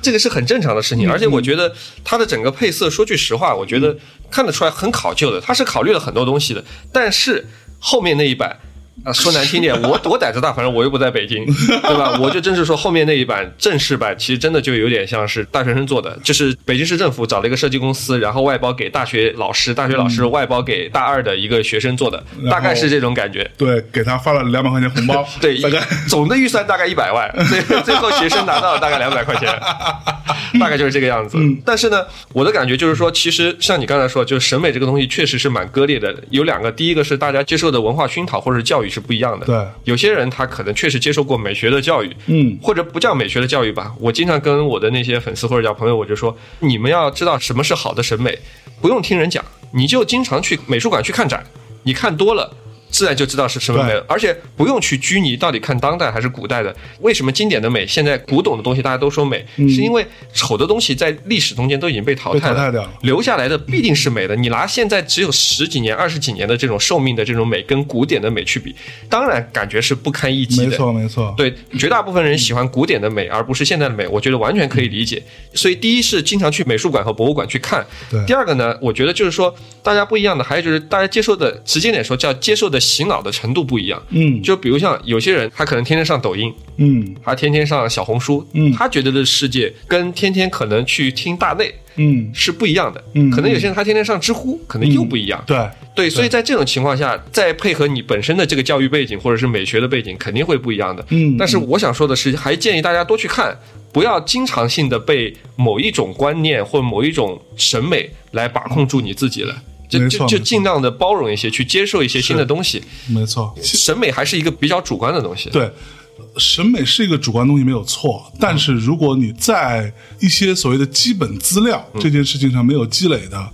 [SPEAKER 2] 这个是很正常的事情，而且
[SPEAKER 1] 嗯
[SPEAKER 2] 我觉得它的整个配色，说句实话，我觉得看得出来很考究的，它是考虑了很多东西的，但是后面那一版。啊，说难听点，我我胆子大，反正我又不在北京，对吧？我就真是说后面那一版正式版，其实真的就有点像是大学生做的，就是北京市政府找了一个设计公司，然后外包给大学老师，大学老师外包给大二的一个学生做的，
[SPEAKER 1] 嗯然后
[SPEAKER 2] 大概是这种感觉。，
[SPEAKER 1] 对，给他发了两百块钱红包
[SPEAKER 2] (laughs) 对
[SPEAKER 1] 大概，
[SPEAKER 2] 总的预算大概一百
[SPEAKER 1] (laughs)
[SPEAKER 2] 万，最最后学生拿到了大概两百块钱，
[SPEAKER 1] 嗯
[SPEAKER 2] 大概就是这个样子。但是呢，我的感觉就是说，其实像你刚才说，就是审美这个东西确实是蛮割裂的。有两个，第一个是大家接受的文化熏陶或者教育是不一样的。
[SPEAKER 1] 对
[SPEAKER 2] 有些人他可能确实接受过美学的教育，
[SPEAKER 1] 嗯，
[SPEAKER 2] 或者不叫美学的教育吧。我经常跟我的那些粉丝或者叫朋友，我就说，你们要知道什么是好的审美，不用听人讲，你就经常去美术馆去看展，你看多了。自然就知道是什么美了，而且不用去拘泥到底看当代还是古代的。为什么经典的美，现在古董的东西大家都说美，是因为丑的东西在历史中间都已经被淘
[SPEAKER 1] 嗯被
[SPEAKER 2] 汰
[SPEAKER 1] 淘
[SPEAKER 2] 了，
[SPEAKER 1] 汰掉了。
[SPEAKER 2] 留下来的必定是美的。你拿现在只有十几年、二十几年的这种寿命的这种美，跟古典的美去比，当然感觉是不堪一击
[SPEAKER 1] 没
[SPEAKER 2] 的。
[SPEAKER 1] 错没错，
[SPEAKER 2] 对，绝大部分人喜欢古典的美，而不是现代的美，我觉得完全可以理解。所以，第一是经常去美术馆和博物馆去看
[SPEAKER 1] 对；
[SPEAKER 2] 第二个呢，我觉得就是说大家不一样的，还有就是大家接受的，直接点说叫接受的洗脑的程度不一样。
[SPEAKER 1] 嗯
[SPEAKER 2] 就比如像有些人，他可能天天上抖音，
[SPEAKER 1] 嗯
[SPEAKER 2] 他天天上小红书，
[SPEAKER 1] 嗯
[SPEAKER 2] 他觉得的世界跟天天可能去听大内
[SPEAKER 1] 嗯，
[SPEAKER 2] 是不一样的。
[SPEAKER 1] 嗯
[SPEAKER 2] 可能有些人他天天上知乎，可能又不一样。
[SPEAKER 1] 对，
[SPEAKER 2] 对，所以在这种情况下，再配合你本身的这个教育背景或者是美学的背景，肯定会不一样的。
[SPEAKER 1] 嗯
[SPEAKER 2] 但是我想说的是，还建议大家多去看，不要经常性的被某一种观念或某一种审美来把控住你自己了。就
[SPEAKER 1] 没
[SPEAKER 2] 就
[SPEAKER 1] 错
[SPEAKER 2] 就
[SPEAKER 1] 没错
[SPEAKER 2] 尽量的包容一些，去接受一些新的东西。
[SPEAKER 1] 没错，
[SPEAKER 2] 审美还是一个比较主观的东西。
[SPEAKER 1] 对。审美是一个主观东西没有错，但是如果你在一些所谓的基本资料这件事情上没有积累的，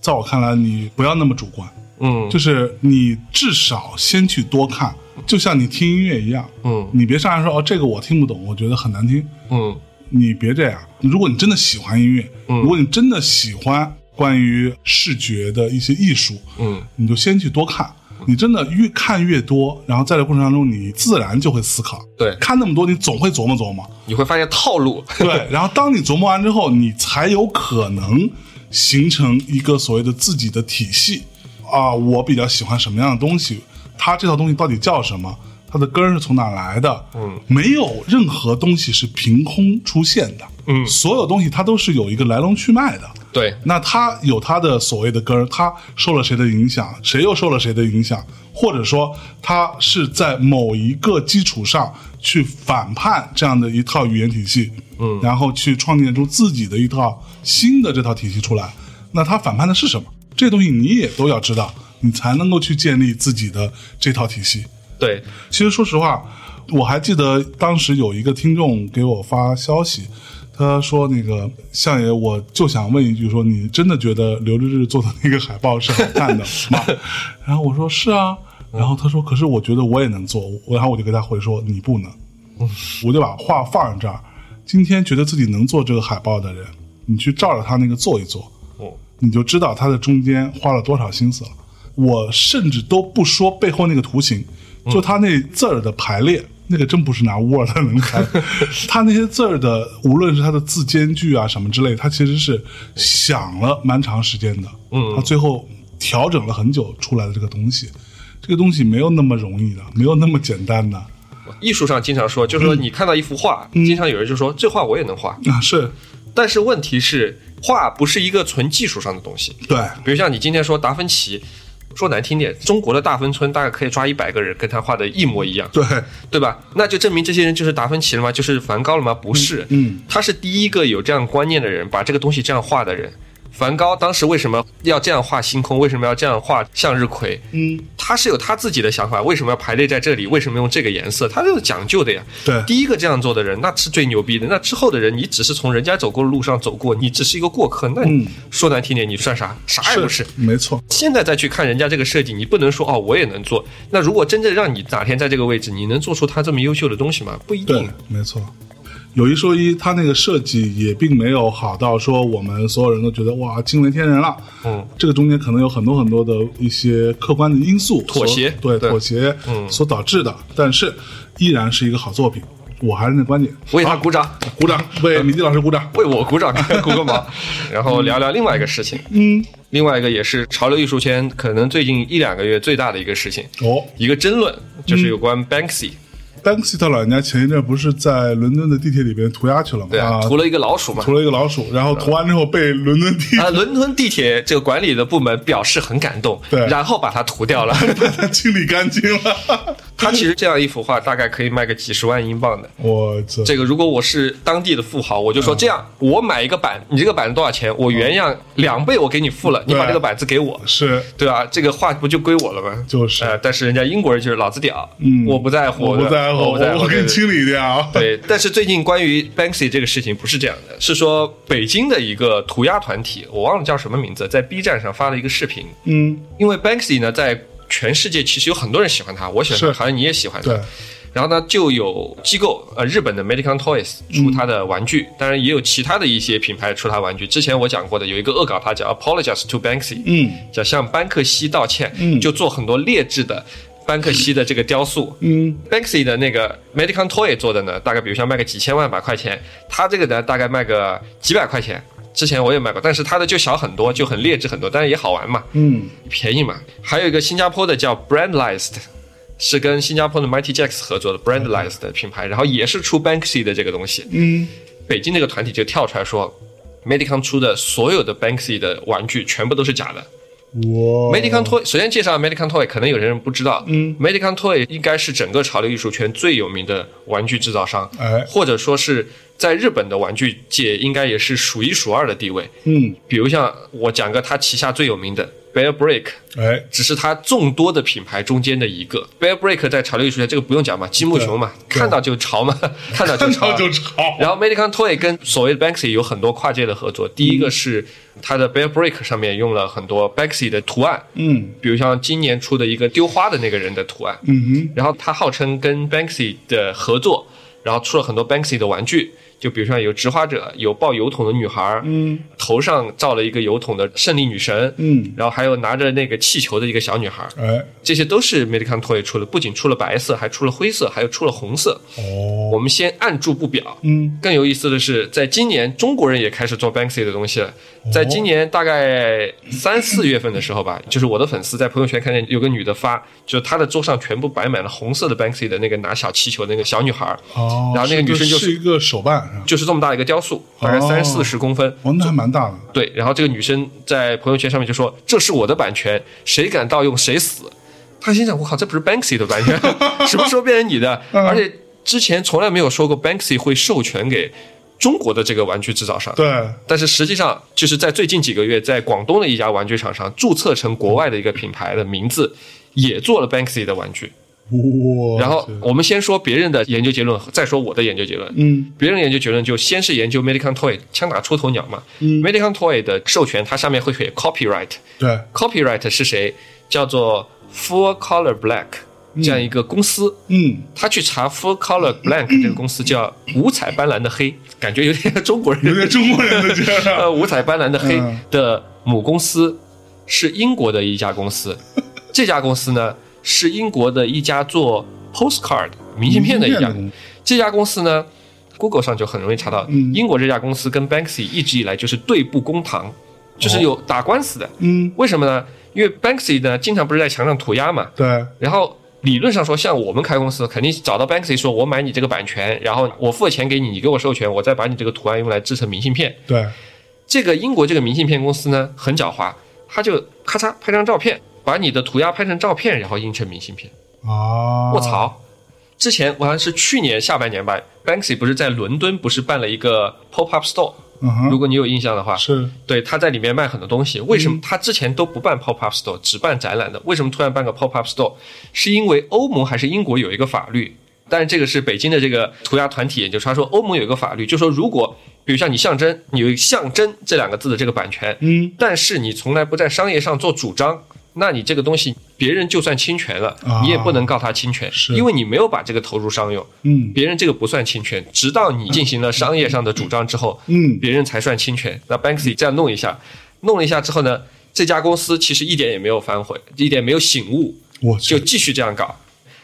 [SPEAKER 1] 在我看来，你不要那么主观。
[SPEAKER 2] 嗯
[SPEAKER 1] 就是你至少先去多看，就像你听音乐一样，
[SPEAKER 2] 嗯
[SPEAKER 1] 你别上来说哦，这个我听不懂，我觉得很难听，
[SPEAKER 2] 嗯
[SPEAKER 1] 你别这样。如果你真的喜欢音乐，如果你真的喜欢关于视觉的一些艺术，
[SPEAKER 2] 嗯
[SPEAKER 1] 你就先去多看。你真的越看越多，然后在这过程当中，你自然就会思考。
[SPEAKER 2] 对
[SPEAKER 1] 看那么多，你总会琢磨琢磨。
[SPEAKER 2] 你会发现套路。
[SPEAKER 1] 对，然后当你琢磨完之后，你才有可能形成一个所谓的自己的体系啊。我比较喜欢什么样的东西，它这套东西到底叫什么，它的根儿是从哪来的？嗯，没有任何东西是凭空出现的。
[SPEAKER 2] 嗯
[SPEAKER 1] 所有东西它都是有一个来龙去脉的。
[SPEAKER 2] 对，
[SPEAKER 1] 那他有他的所谓的根儿，他受了谁的影响，谁又受了谁的影响，或者说他是在某一个基础上去反叛这样的一套语言体系，
[SPEAKER 2] 嗯
[SPEAKER 1] 然后去创建出自己的一套新的这套体系出来。那他反叛的是什么？这东西你也都要知道，你才能够去建立自己的这套体系。
[SPEAKER 2] 对，
[SPEAKER 1] 其实说实话，我还记得当时有一个听众给我发消息，他说：“那个相爷，我就想问一句说，你真的觉得刘志志做的那个海报是好看的吗？” (laughs) 然后我说：“是啊。”然后他说：“可是我觉得我也能做。”然后我就给他回说：“你不能。”我就把话放在这儿。今天觉得自己能做这个海报的人，你去照着他那个做一做，
[SPEAKER 2] 嗯
[SPEAKER 1] 你就知道它的中间花了多少心思了。我甚至都不说背后那个图形，就它那字儿的排列，那个真不是拿 Word 能
[SPEAKER 2] (laughs)
[SPEAKER 1] 排。它那些字儿的，无论是它的字间距啊什么之类，它其实是想了蛮长时间的。
[SPEAKER 2] 嗯
[SPEAKER 1] 它最后调整了很久出来的这个东西，这个东西没有那么容易的，没有那么简单的
[SPEAKER 2] 啊艺术上经常说，就是说你看到一幅画，
[SPEAKER 1] 嗯
[SPEAKER 2] 经常有人就说这画我也能画，
[SPEAKER 1] 啊。是
[SPEAKER 2] 但是问题是画不是一个纯技术上的东西，
[SPEAKER 1] 对，
[SPEAKER 2] 比如像你今天说达芬奇，说难听点，中国的大芬村大概可以抓一百个人跟他画的一模一样，
[SPEAKER 1] 对，
[SPEAKER 2] 对吧？那就证明这些人就是达芬奇了吗？就是梵高了吗？不是，
[SPEAKER 1] 嗯嗯
[SPEAKER 2] 他是第一个有这样观念的人，把这个东西这样画的人。梵高当时为什么要这样画星空？为什么要这样画向日葵？
[SPEAKER 1] 嗯，
[SPEAKER 2] 他是有他自己的想法，为什么要排列在这里？为什么用这个颜色？他就是讲究的呀。
[SPEAKER 1] 对
[SPEAKER 2] 第一个这样做的人，那是最牛逼的。那之后的人，你只是从人家走过的路上走过，你只是一个过客。那你、
[SPEAKER 1] 嗯
[SPEAKER 2] 说难听点，你算啥？啥也不是。
[SPEAKER 1] 没错，
[SPEAKER 2] 现在再去看人家这个设计，你不能说哦，我也能做。那如果真正让你哪天在这个位置，你能做出他这么优秀的东西吗？不一
[SPEAKER 1] 对
[SPEAKER 2] 定。，
[SPEAKER 1] 没错。有一说一，它那个设计也并没有好到说我们所有人都觉得哇惊为天人了。
[SPEAKER 2] 嗯，
[SPEAKER 1] 这个中间可能有很多很多的一些客观的因素所，
[SPEAKER 2] 妥协
[SPEAKER 1] 对
[SPEAKER 2] 对
[SPEAKER 1] 妥协
[SPEAKER 2] 嗯
[SPEAKER 1] 所导致的，但是依然是一个好作品。我还是那观点，
[SPEAKER 2] 为他鼓掌，
[SPEAKER 1] 鼓掌，为米迪老师鼓掌。
[SPEAKER 2] 为我鼓掌，鼓个毛。然后聊聊另外一个事情，
[SPEAKER 1] 嗯，
[SPEAKER 2] 另外一个也是潮流艺术圈可能最近一两个月最大的一个事情，
[SPEAKER 1] 哦
[SPEAKER 2] 一个争论，就是有关 Banksy，
[SPEAKER 1] ，Banksy 他老人家前一阵不是在伦敦的地铁里边涂鸦去了吗？
[SPEAKER 2] 对啊，
[SPEAKER 1] 啊
[SPEAKER 2] 涂了一嗯个老鼠嘛
[SPEAKER 1] 涂。了一个老鼠，然后涂完之后被伦敦地
[SPEAKER 2] 啊，伦敦地铁这个管理的部门表示很感动，
[SPEAKER 1] 对
[SPEAKER 2] 然后把它涂掉
[SPEAKER 1] (laughs)
[SPEAKER 2] 了。
[SPEAKER 1] 铁清理干净了。 (laughs)
[SPEAKER 2] 它其实这样一幅画大概可以卖个几十万英镑的。
[SPEAKER 1] 我这
[SPEAKER 2] 这个如果我是当地的富豪，我就
[SPEAKER 1] 嗯
[SPEAKER 2] 说这样，我买一个板，你这个板子多少钱？我原样两倍我给你付了，你把
[SPEAKER 1] 对
[SPEAKER 2] 这个板子给我，
[SPEAKER 1] 是
[SPEAKER 2] 对吧？这个画不就归我了吗？
[SPEAKER 1] 就是
[SPEAKER 2] 呃，但是人家英国人就是老子屌，
[SPEAKER 1] 嗯
[SPEAKER 2] 我不在乎，
[SPEAKER 1] 我不在乎，
[SPEAKER 2] 我不在乎，
[SPEAKER 1] 我给你
[SPEAKER 2] 对
[SPEAKER 1] 清理掉啊。
[SPEAKER 2] 对，但是最近关于 Banksy 这个事情不是这样的，是说北京的一个涂鸦团体，我忘了叫什么名字，在 B 站上发了一个视频，
[SPEAKER 1] 嗯，
[SPEAKER 2] 因为 Banksy 呢，在全世界其实有很多人喜欢他，我喜欢
[SPEAKER 1] 是
[SPEAKER 2] 他，好像你也喜欢他
[SPEAKER 1] 对。
[SPEAKER 2] 然后呢，就有机构，呃，日本的 Medicon Toys
[SPEAKER 1] 嗯
[SPEAKER 2] 出它的玩具，当然也有其他的一些品牌出它玩具。之前我讲过的，有一个恶搞，它叫 Apologize to Banksy，
[SPEAKER 1] 嗯，
[SPEAKER 2] 叫向班克西道歉，
[SPEAKER 1] 嗯
[SPEAKER 2] 就做很多劣质的班克西的这个雕塑，
[SPEAKER 1] 嗯
[SPEAKER 2] Banksy 的那个 Medicon Toy 做的呢，大概比如像卖个几千万把块钱，它这个呢大概卖个几百块钱。之前我也卖过，但是它的就小很多，就很劣质很多，但是也好玩嘛，
[SPEAKER 1] 嗯
[SPEAKER 2] 便宜嘛。还有一个新加坡的叫 Brandlist，是跟新加坡的 Mighty Jacks 合作的 Brandlist 的品牌，然后也是出 Banksy 的这个东西。
[SPEAKER 1] 嗯，
[SPEAKER 2] 北京这个团体就跳出来说，Medicon 出的所有的 Banksy 的玩具全部都是假的，
[SPEAKER 1] 我
[SPEAKER 2] Medicon Toy，首先介绍 Medicon Toy，可能有些人不知道，
[SPEAKER 1] 嗯
[SPEAKER 2] ，Medicon Toy 应该是整个潮流艺术圈最有名的玩具制造商，
[SPEAKER 1] 哎
[SPEAKER 2] 或者说是在日本的玩具界应该也是数一数二的地位。
[SPEAKER 1] 嗯
[SPEAKER 2] 比如像我讲个他旗下最有名的 Bear Break，
[SPEAKER 1] 哎
[SPEAKER 2] 只是它众多的品牌中间的一个。Bear Break 在潮流艺术界这个不用讲嘛，积木熊嘛，
[SPEAKER 1] 对
[SPEAKER 2] 看到就潮嘛，看到就
[SPEAKER 1] 看
[SPEAKER 2] 潮
[SPEAKER 1] 到
[SPEAKER 2] 啊。
[SPEAKER 1] 就吵，
[SPEAKER 2] 然后 Medicon Toy 跟所谓的 Banksy 有很多跨界的合作，第
[SPEAKER 1] 嗯
[SPEAKER 2] 一个是它的 Bear Break 上面用了很多 Banksy 的图案，
[SPEAKER 1] 嗯
[SPEAKER 2] 比如像今年出的一个丢花的那个人的图案，
[SPEAKER 1] 嗯
[SPEAKER 2] 然后他号称跟 Banksy 的合作，然后出了很多 Banksy 的玩具，就比如像有植花者，有抱油桶的女孩，
[SPEAKER 1] 嗯，
[SPEAKER 2] 头上罩了一个油桶的胜利女神，
[SPEAKER 1] 嗯
[SPEAKER 2] 然后还有拿着那个气球的一个小女孩，
[SPEAKER 1] 哼，哎
[SPEAKER 2] 这些都是 Medicon Toy 出的，不仅出了白色，还出了灰色，还有出了红色。
[SPEAKER 1] 哦，
[SPEAKER 2] 我们先按住不表。
[SPEAKER 1] 嗯
[SPEAKER 2] 更有意思的是，在今年中国人也开始做 Banksy 的东西了。在今年大概三四月份的时候吧，就是我的粉丝在朋友圈看见有个女的发，就是她的桌上全部摆满了红色的 Banksy 的那个拿小气球的那个小女孩儿，
[SPEAKER 1] 哦，
[SPEAKER 2] 然后那个女生就是
[SPEAKER 1] 一个手办是吧？
[SPEAKER 2] 就是这么大一个雕塑，大概三四十公分。
[SPEAKER 1] 哦，那还蛮大的，
[SPEAKER 2] 对，然后这个女生在朋友圈上面就说：“这是我的版权，谁敢 (laughs)
[SPEAKER 1] 嗯
[SPEAKER 2] 盗用谁死。”她心想：“我靠，这不是 Banksy 的版权，什么时候变成你的？而且之前从来没有说过 Banksy 会授权给中国的这个玩具制造商，
[SPEAKER 1] 对，
[SPEAKER 2] 但是实际上，就是在最近几个月，在广东的一家玩具厂商注册成国外的一个品牌的名字，也做了 Banksy 的玩具。
[SPEAKER 1] 哇，
[SPEAKER 2] 然后我们先说别人的研究结论，再说我的研究结论。
[SPEAKER 1] 嗯
[SPEAKER 2] 别人研究结论就先是研究 Medicon Toy 枪打出头鸟嘛、
[SPEAKER 1] 嗯
[SPEAKER 2] m e d i c o n Toy 的授权，它上面会写 copyright，
[SPEAKER 1] 对，
[SPEAKER 2] copyright 是谁？叫做 Full Color Black 这样一个公司，
[SPEAKER 1] 嗯，
[SPEAKER 2] 他去查 Full Color Black 这个公司叫五彩斑斓的黑，感觉有点像中国 (laughs)
[SPEAKER 1] 有
[SPEAKER 2] 人。
[SPEAKER 1] 点中国人的劲儿啊
[SPEAKER 2] 呃，五彩斑斓的黑
[SPEAKER 1] 嗯
[SPEAKER 2] 的母公司是英国的一家公
[SPEAKER 1] (laughs)
[SPEAKER 2] 司，这家公司呢是英国的一家做 postcard (laughs) 明信片的一家。
[SPEAKER 1] 公司
[SPEAKER 2] 这家公司呢，Google 上就很容易查到，
[SPEAKER 1] 嗯
[SPEAKER 2] 英国这家公司跟 Banksy 一直以来就是对簿公堂，就是有打官司的。
[SPEAKER 1] 嗯，
[SPEAKER 2] 为什么呢？因为 Banksy 呢，经常不是在墙上涂鸦嘛，
[SPEAKER 1] 对，
[SPEAKER 2] 然后理论上说，像我们开公司，肯定找到 Banksy 说，我买你这个版权，然后我付了钱给你，你给我授权，我再把你这个图案用来制成明信片。
[SPEAKER 1] 对，
[SPEAKER 2] 这个英国这个明信片公司呢，很狡猾，他就咔嚓拍张照片，把你的涂鸦拍成照片，然后印成明信片。
[SPEAKER 1] 啊，
[SPEAKER 2] 卧，槽！之前我好像是去年下半年吧，Banksy 不是在伦敦不是办了一个 pop up store，
[SPEAKER 1] 嗯
[SPEAKER 2] 如
[SPEAKER 1] 哼，
[SPEAKER 2] 果你有印象的话，
[SPEAKER 1] 是，嗯
[SPEAKER 2] 对，他在里面卖很多东西。为什么他之前都不办 pop up store，只办展览的？为什么突然办个 pop up store？是因为欧盟还是英国有一个法律？但是这个是北京的这个涂鸦团体研究，他说欧盟有一个法律，就说如果比如像你象征，你有“象征”这两个字的这个版权，
[SPEAKER 1] 嗯
[SPEAKER 2] 但是你从来不在商业上做主张，那你这个东西别人就算侵权了，
[SPEAKER 1] 啊
[SPEAKER 2] 你也不能告他侵权，
[SPEAKER 1] 是
[SPEAKER 2] 因为你没有把这个投入商用，
[SPEAKER 1] 嗯
[SPEAKER 2] 别人这个不算侵权，直到你进行了商业上的主张之后，
[SPEAKER 1] 嗯，
[SPEAKER 2] 别人才算侵权。那 Banksy 这样弄一下，弄了一下之后呢，这家公司其实一点也没有反悔，一点没有醒悟，
[SPEAKER 1] 我
[SPEAKER 2] 就
[SPEAKER 1] 去，
[SPEAKER 2] 继续这样搞。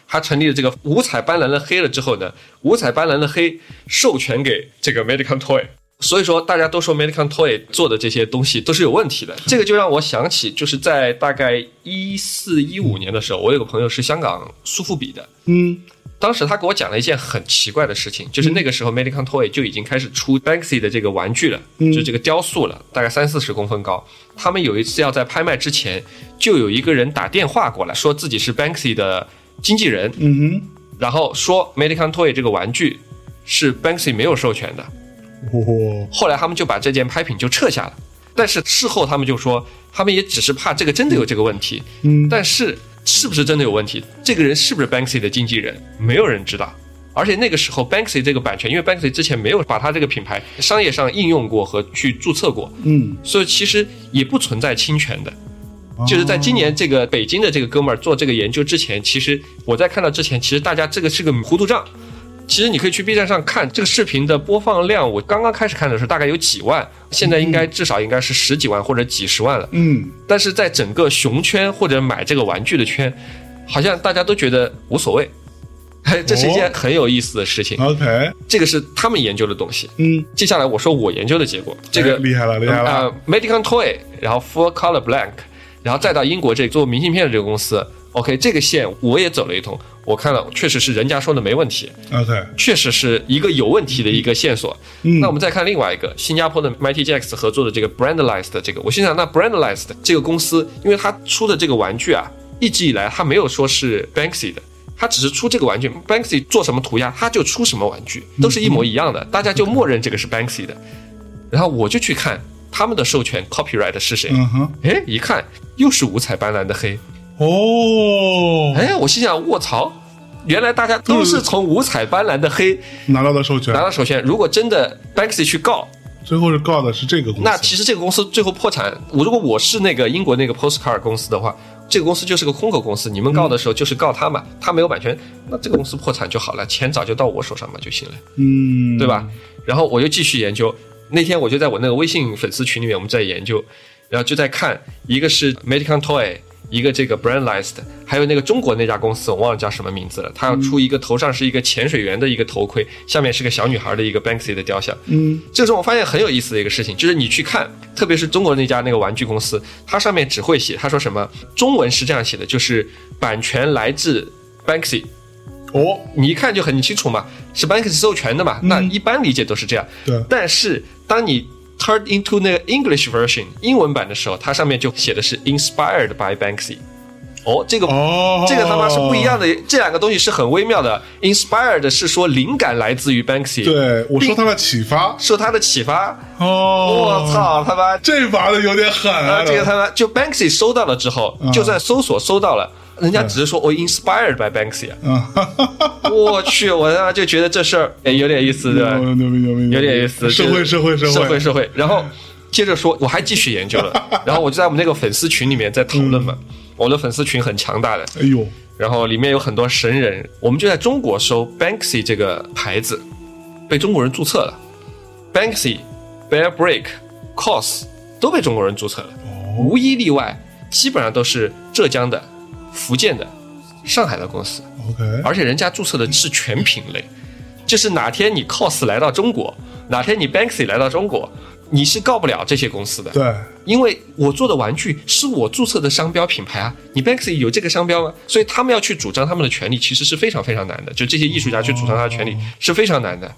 [SPEAKER 2] 他成立了这个五彩斑斓的黑了之后呢，五彩斑斓的黑授权给这个 Medicon Toy，所以说大家都说 Medicon Toy 做的这些东西都是有问题的。这个就让我想起，就是在大概一四一五年的时候，我有个朋友是香港苏富比的，
[SPEAKER 1] 嗯
[SPEAKER 2] 当时他给我讲了一件很奇怪的事情，就是那个时候 Medicon Toy 就已经开始出 Banksy 的这个玩具了，
[SPEAKER 1] 嗯
[SPEAKER 2] 就这个雕塑了，大概三四十公分高。他们有一次要在拍卖之前，就有一个人打电话过来，说自己是 Banksy 的经纪人，
[SPEAKER 1] 嗯
[SPEAKER 2] 然后说 Medicon Toy 这个玩具是 Banksy 没有授权的。
[SPEAKER 1] 哼，哇，
[SPEAKER 2] 后来他们就把这件拍品就撤下了，但是事后他们就说，他们也只是怕这个真的有这个问题，
[SPEAKER 1] 嗯，
[SPEAKER 2] 但是是不是真的有问题？这个人是不是 Banksy 的经纪人？没有人知道。而且那个时候，Banksy 这个版权，因为 Banksy 之前没有把它这个品牌商业上应用过和去注册过，
[SPEAKER 1] 嗯，
[SPEAKER 2] 所以其实也不存在侵权的。就是在今年这个北京的这个哥们儿做这个研究之前，其实我在看到之前，其实大家这个是个糊涂账。其实你可以去 B 站上看这个视频的播放量，我刚刚开始看的时候大概有几万，现在应该至少应该是十几万或者几十万了。
[SPEAKER 1] 嗯，
[SPEAKER 2] 但是在整个熊圈或者买这个玩具的圈，好像大家都觉得无所谓。 (laughs) 这是一件很有意思的事情，
[SPEAKER 1] ，OK，
[SPEAKER 2] 这个是他们研究的东西。
[SPEAKER 1] 嗯，
[SPEAKER 2] 接下来我说我研究的结果，这
[SPEAKER 1] 哎
[SPEAKER 2] 个
[SPEAKER 1] 厉害了，厉害了，
[SPEAKER 2] 啊、m e d i c o n Toy，然后 Full Color Blank，然后再到英国这做明信片的这个公司，OK，这个线我也走了一通，我看了确实是人家说的没问题，
[SPEAKER 1] OK，
[SPEAKER 2] 确实是一个有问题的一个线索。
[SPEAKER 1] 嗯
[SPEAKER 2] 那我们再看另外一个新加坡的 Mighty Jacks 合作的这个 Brandless 的这个，我心想那 Brandless 的这个公司，因为它出的这个玩具啊，一直以来它没有说是 Banksy 的。它只是出这个玩具，Banksy 做什么涂鸦，它就出什么玩具，
[SPEAKER 1] 嗯
[SPEAKER 2] 都是一模一样的，大家就默认这个是 Banksy 的。然后我就去看他们的授权 copyright 是谁，
[SPEAKER 1] 嗯哼，
[SPEAKER 2] 哎，一看又是五彩斑斓的黑，
[SPEAKER 1] 哦，
[SPEAKER 2] 哎，我心想卧槽，原来大家都是从五彩斑斓的黑
[SPEAKER 1] 拿到的授权
[SPEAKER 2] 拿，到手权。如果真的 Banksy 去告，
[SPEAKER 1] 最后是告的是这个公司，
[SPEAKER 2] 那其实这个公司最后破产，我如果我是那个英国那个 Postcard 公司的话，这个公司就是个空口公司，你们告的时候就是告他嘛，他没有版权，那这个公司破产就好了，钱早就到我手上嘛就行了，
[SPEAKER 1] 嗯，
[SPEAKER 2] 对吧？？然后我又继续研究，那天我就在我那个微信粉丝群里面我们在研究，然后就在看一个是 Medicon Toy。一个这个 Brandlist，还有那个中国那家公司，我忘了叫什么名字了。它要出一个头上是一个潜水员的一个头盔，下面是个小女孩的一个 Banksy 的雕像。
[SPEAKER 1] 嗯
[SPEAKER 2] 这个时候我发现很有意思的一个事情，就是你去看，特别是中国那家那个玩具公司，它上面只会写，他说什么中文是这样写的，就是版权来自 Banksy，
[SPEAKER 1] 哦，
[SPEAKER 2] 你一看就很清楚嘛，是 Banksy 授权的嘛，那
[SPEAKER 1] 嗯
[SPEAKER 2] 一般理解都是这样。
[SPEAKER 1] 对，
[SPEAKER 2] 但是当你 turn into 那个 English version 英文版的时候，它上面就写的是 inspired by Banksy，哦，这个、
[SPEAKER 1] 哦
[SPEAKER 2] 这个他妈是不一样的，这两个东西是很微妙的。Inspired 是说灵感来自于 Banksy，，
[SPEAKER 1] 对，我受他的启发。
[SPEAKER 2] 受他的启发。
[SPEAKER 1] 哦，
[SPEAKER 2] 我、，操他妈！
[SPEAKER 1] 这玩的有点狠啊！
[SPEAKER 2] 啊，这个他妈就 Banksy 收到了之后，
[SPEAKER 1] 嗯
[SPEAKER 2] 就算搜索搜到了，人家只是说我哦 inspired by Banksy，
[SPEAKER 1] (laughs) 啊，
[SPEAKER 2] 我去，我他妈就觉得这事儿哎有点意思， (laughs) 对吧？
[SPEAKER 1] 牛逼牛逼，
[SPEAKER 2] 有点意思，
[SPEAKER 1] 嗯社
[SPEAKER 2] 就
[SPEAKER 1] 会
[SPEAKER 2] 是
[SPEAKER 1] 社会
[SPEAKER 2] 社
[SPEAKER 1] 会，
[SPEAKER 2] 社会。然后接着说，我还继续研究
[SPEAKER 1] (laughs)
[SPEAKER 2] 了，然后我就在我们那个粉丝群里面在讨论嘛，
[SPEAKER 1] 嗯
[SPEAKER 2] 我的粉丝群很强大的，
[SPEAKER 1] 哎呦，
[SPEAKER 2] 然后里面有很多神人，我们就在中国搜 Banksy 这个牌子，被中国人注册了，Banksy、Bear Break、Cos 都被中国人注册了，无一例外，基本上都是浙江的、福建的、上海的公司，
[SPEAKER 1] OK，
[SPEAKER 2] 而且人家注册的是全品类，就是哪天你 Cos 来到中国，哪天你 Banksy 来到中国，你是告不了这些公司的，
[SPEAKER 1] 对，
[SPEAKER 2] 因为我做的玩具是我注册的商标品牌啊，你 Banksy 有这个商标吗？所以他们要去主张他们的权利，其实是非常非常难的。就这些艺术家去主张他的
[SPEAKER 1] 哦
[SPEAKER 2] 权利是非常难的。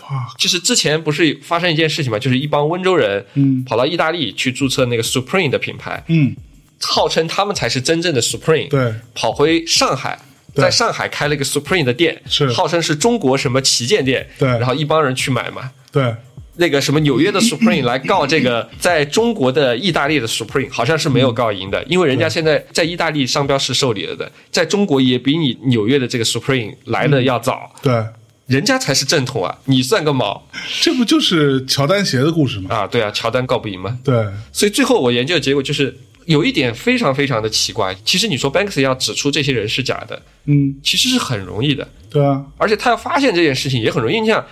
[SPEAKER 1] fuck，
[SPEAKER 2] 就是之前不是发生一件事情嘛，就是一帮温州人
[SPEAKER 1] 嗯
[SPEAKER 2] 跑到意大利去注册那个 Supreme 的品牌，
[SPEAKER 1] 嗯，
[SPEAKER 2] 号称他们才是真正的 Supreme，
[SPEAKER 1] 对，
[SPEAKER 2] 跑回上海。
[SPEAKER 1] 对
[SPEAKER 2] 在上海开了一个 Supreme 的店，
[SPEAKER 1] 是
[SPEAKER 2] 号称是中国什么旗舰店，
[SPEAKER 1] 对
[SPEAKER 2] 然后一帮人去买嘛，
[SPEAKER 1] 对，
[SPEAKER 2] 那个什么纽约的 Supreme 来告这个在中国的意大利的 Supreme，好像是没有告赢的，因为人家现在在意大利商标是受理了的，在中国也比你纽约的这个 Supreme 来的要早，
[SPEAKER 1] 对，
[SPEAKER 2] 人家才是正统啊，你算个毛
[SPEAKER 1] 这不就是乔丹鞋的故事吗？
[SPEAKER 2] 啊！对啊，乔丹告不赢嘛，
[SPEAKER 1] 对，
[SPEAKER 2] 所以最后我研究的结果就是有一点非常非常的奇怪，其实你说 Banks 要指出这些人是假的，
[SPEAKER 1] 嗯，
[SPEAKER 2] 其实是很容易的，
[SPEAKER 1] 对啊，
[SPEAKER 2] 而且他要发现这件事情也很容易。你想，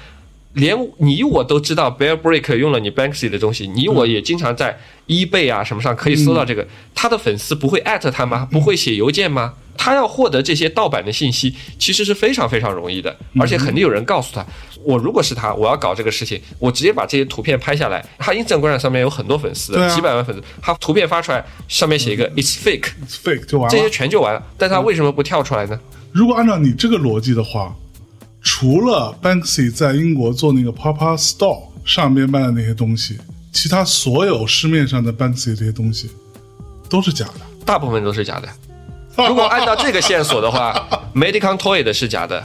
[SPEAKER 2] 连你我都知道 Bear Break 用了你 Banksy 的东西，你
[SPEAKER 1] 嗯
[SPEAKER 2] 我也经常在 eBay 啊什么上可以搜到这个。他的粉丝不会艾特他吗？
[SPEAKER 1] 嗯
[SPEAKER 2] 不会写邮件吗？他要获得这些盗版的信息，其实是非常非常容易的，
[SPEAKER 1] 嗯
[SPEAKER 2] 而且肯定有人告诉他，我如果是他，我要搞这个事情，我直接把这些图片拍下来。他 Instagram 上面有很多粉丝
[SPEAKER 1] 对，啊
[SPEAKER 2] 几百万粉丝，他图片发出来，上面写一个 It's fake，
[SPEAKER 1] fake 就完
[SPEAKER 2] 这些
[SPEAKER 1] 了。
[SPEAKER 2] 全就完了。但他为什么不跳出来呢？
[SPEAKER 1] 如果按照你这个逻辑的话，除了 Banksy 在英国做那个 Papa Store 上面卖的那些东西，其他所有市面上的 Banksy 这些东西都是假的。
[SPEAKER 2] 大部分都是假的。 (laughs) 如果按照这个线索的
[SPEAKER 1] (laughs)
[SPEAKER 2] 话，Medicon Toy 的是假的，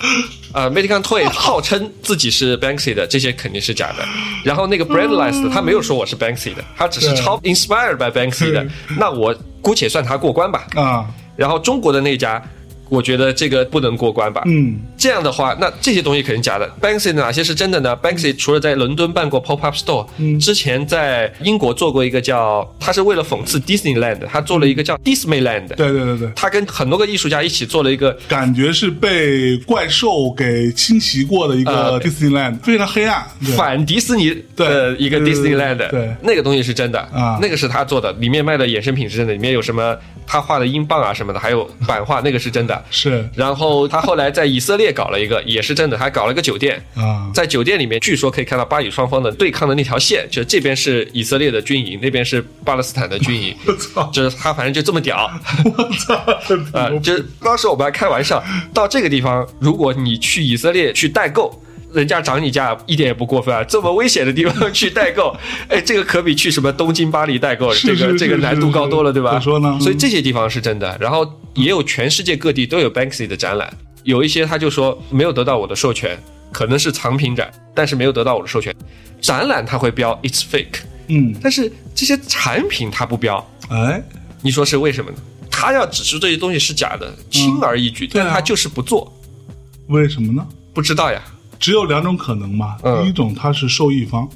[SPEAKER 2] 呃，Medicon Toy 号称自己是 Banksy 的，这些肯定是假的。然后那个 Breadless 的，他没有说我是 Banksy 的，他只是
[SPEAKER 1] 嗯对
[SPEAKER 2] 超 inspired by Banksy 的
[SPEAKER 1] 嗯，
[SPEAKER 2] 那我姑且算他过关吧。
[SPEAKER 1] 啊，
[SPEAKER 2] 然后中国的那家，我觉得这个不能过关吧。
[SPEAKER 1] 嗯，
[SPEAKER 2] 这样的话，那这些东西肯定假的。Banksy 哪些是真的呢？Banksy 除了在伦敦办过 pop up store，、之
[SPEAKER 1] 嗯
[SPEAKER 2] 前在英国做过一个叫，他是为了讽刺 Disneyland，他做了一个
[SPEAKER 1] 嗯
[SPEAKER 2] 叫 Disneyland。
[SPEAKER 1] 对对对对，
[SPEAKER 2] 他跟很多个艺术家一起做了一个
[SPEAKER 1] 感觉是被怪兽给侵袭过的一个
[SPEAKER 2] 呃
[SPEAKER 1] Disneyland，、非常黑暗。对
[SPEAKER 2] 反迪士尼的
[SPEAKER 1] 对
[SPEAKER 2] 一个
[SPEAKER 1] 对
[SPEAKER 2] Disneyland，
[SPEAKER 1] 对对
[SPEAKER 2] 那个东西是真的
[SPEAKER 1] 啊
[SPEAKER 2] 那个是他做的，里面卖的衍生品是真的，里面有什么他画的英镑啊什么的，还有版画，那个是真的。
[SPEAKER 1] 是
[SPEAKER 2] 然后他后来在以色列搞了一个，也是真的，还搞了个酒店，
[SPEAKER 1] 啊， (laughs)
[SPEAKER 2] 在酒店里面，据说可以看到巴以双方的对抗的那条线，就是这边是以色列的军营，那边是巴勒斯坦的
[SPEAKER 1] (laughs)。
[SPEAKER 2] 军营
[SPEAKER 1] 我操，
[SPEAKER 2] 就是他，反正就这么屌，
[SPEAKER 1] 我操，真的
[SPEAKER 2] 呃，就是当时我们还开玩笑，到这个地方，如果你去以色列去代购，人家涨你价一点也不过分啊，这么危险的地方去代
[SPEAKER 1] (laughs)
[SPEAKER 2] 购，哎，这个可比去什么东京、巴黎代购，
[SPEAKER 1] 是
[SPEAKER 2] 这
[SPEAKER 1] 是
[SPEAKER 2] 个
[SPEAKER 1] 是
[SPEAKER 2] 这个难
[SPEAKER 1] 是
[SPEAKER 2] 度
[SPEAKER 1] 是
[SPEAKER 2] 高多了，对吧？
[SPEAKER 1] 怎么说呢嗯
[SPEAKER 2] 所以这些地方是真的，然后也有全世界各地都有 Banksy 的展览，有一些他就说没有得到我的授权，可能是藏品展，但是没有得到我的授权，展览他会标 It's fake，
[SPEAKER 1] 嗯，
[SPEAKER 2] 但是这些产品他不标，
[SPEAKER 1] 哎，
[SPEAKER 2] 你说是为什么呢？他要指出这些东西是假的，轻而易举，
[SPEAKER 1] 对啊
[SPEAKER 2] 但他就是不做，
[SPEAKER 1] 为什么呢？
[SPEAKER 2] 不知道呀。
[SPEAKER 1] 只有两种可能嘛，
[SPEAKER 2] 嗯
[SPEAKER 1] 第一种他是受益方，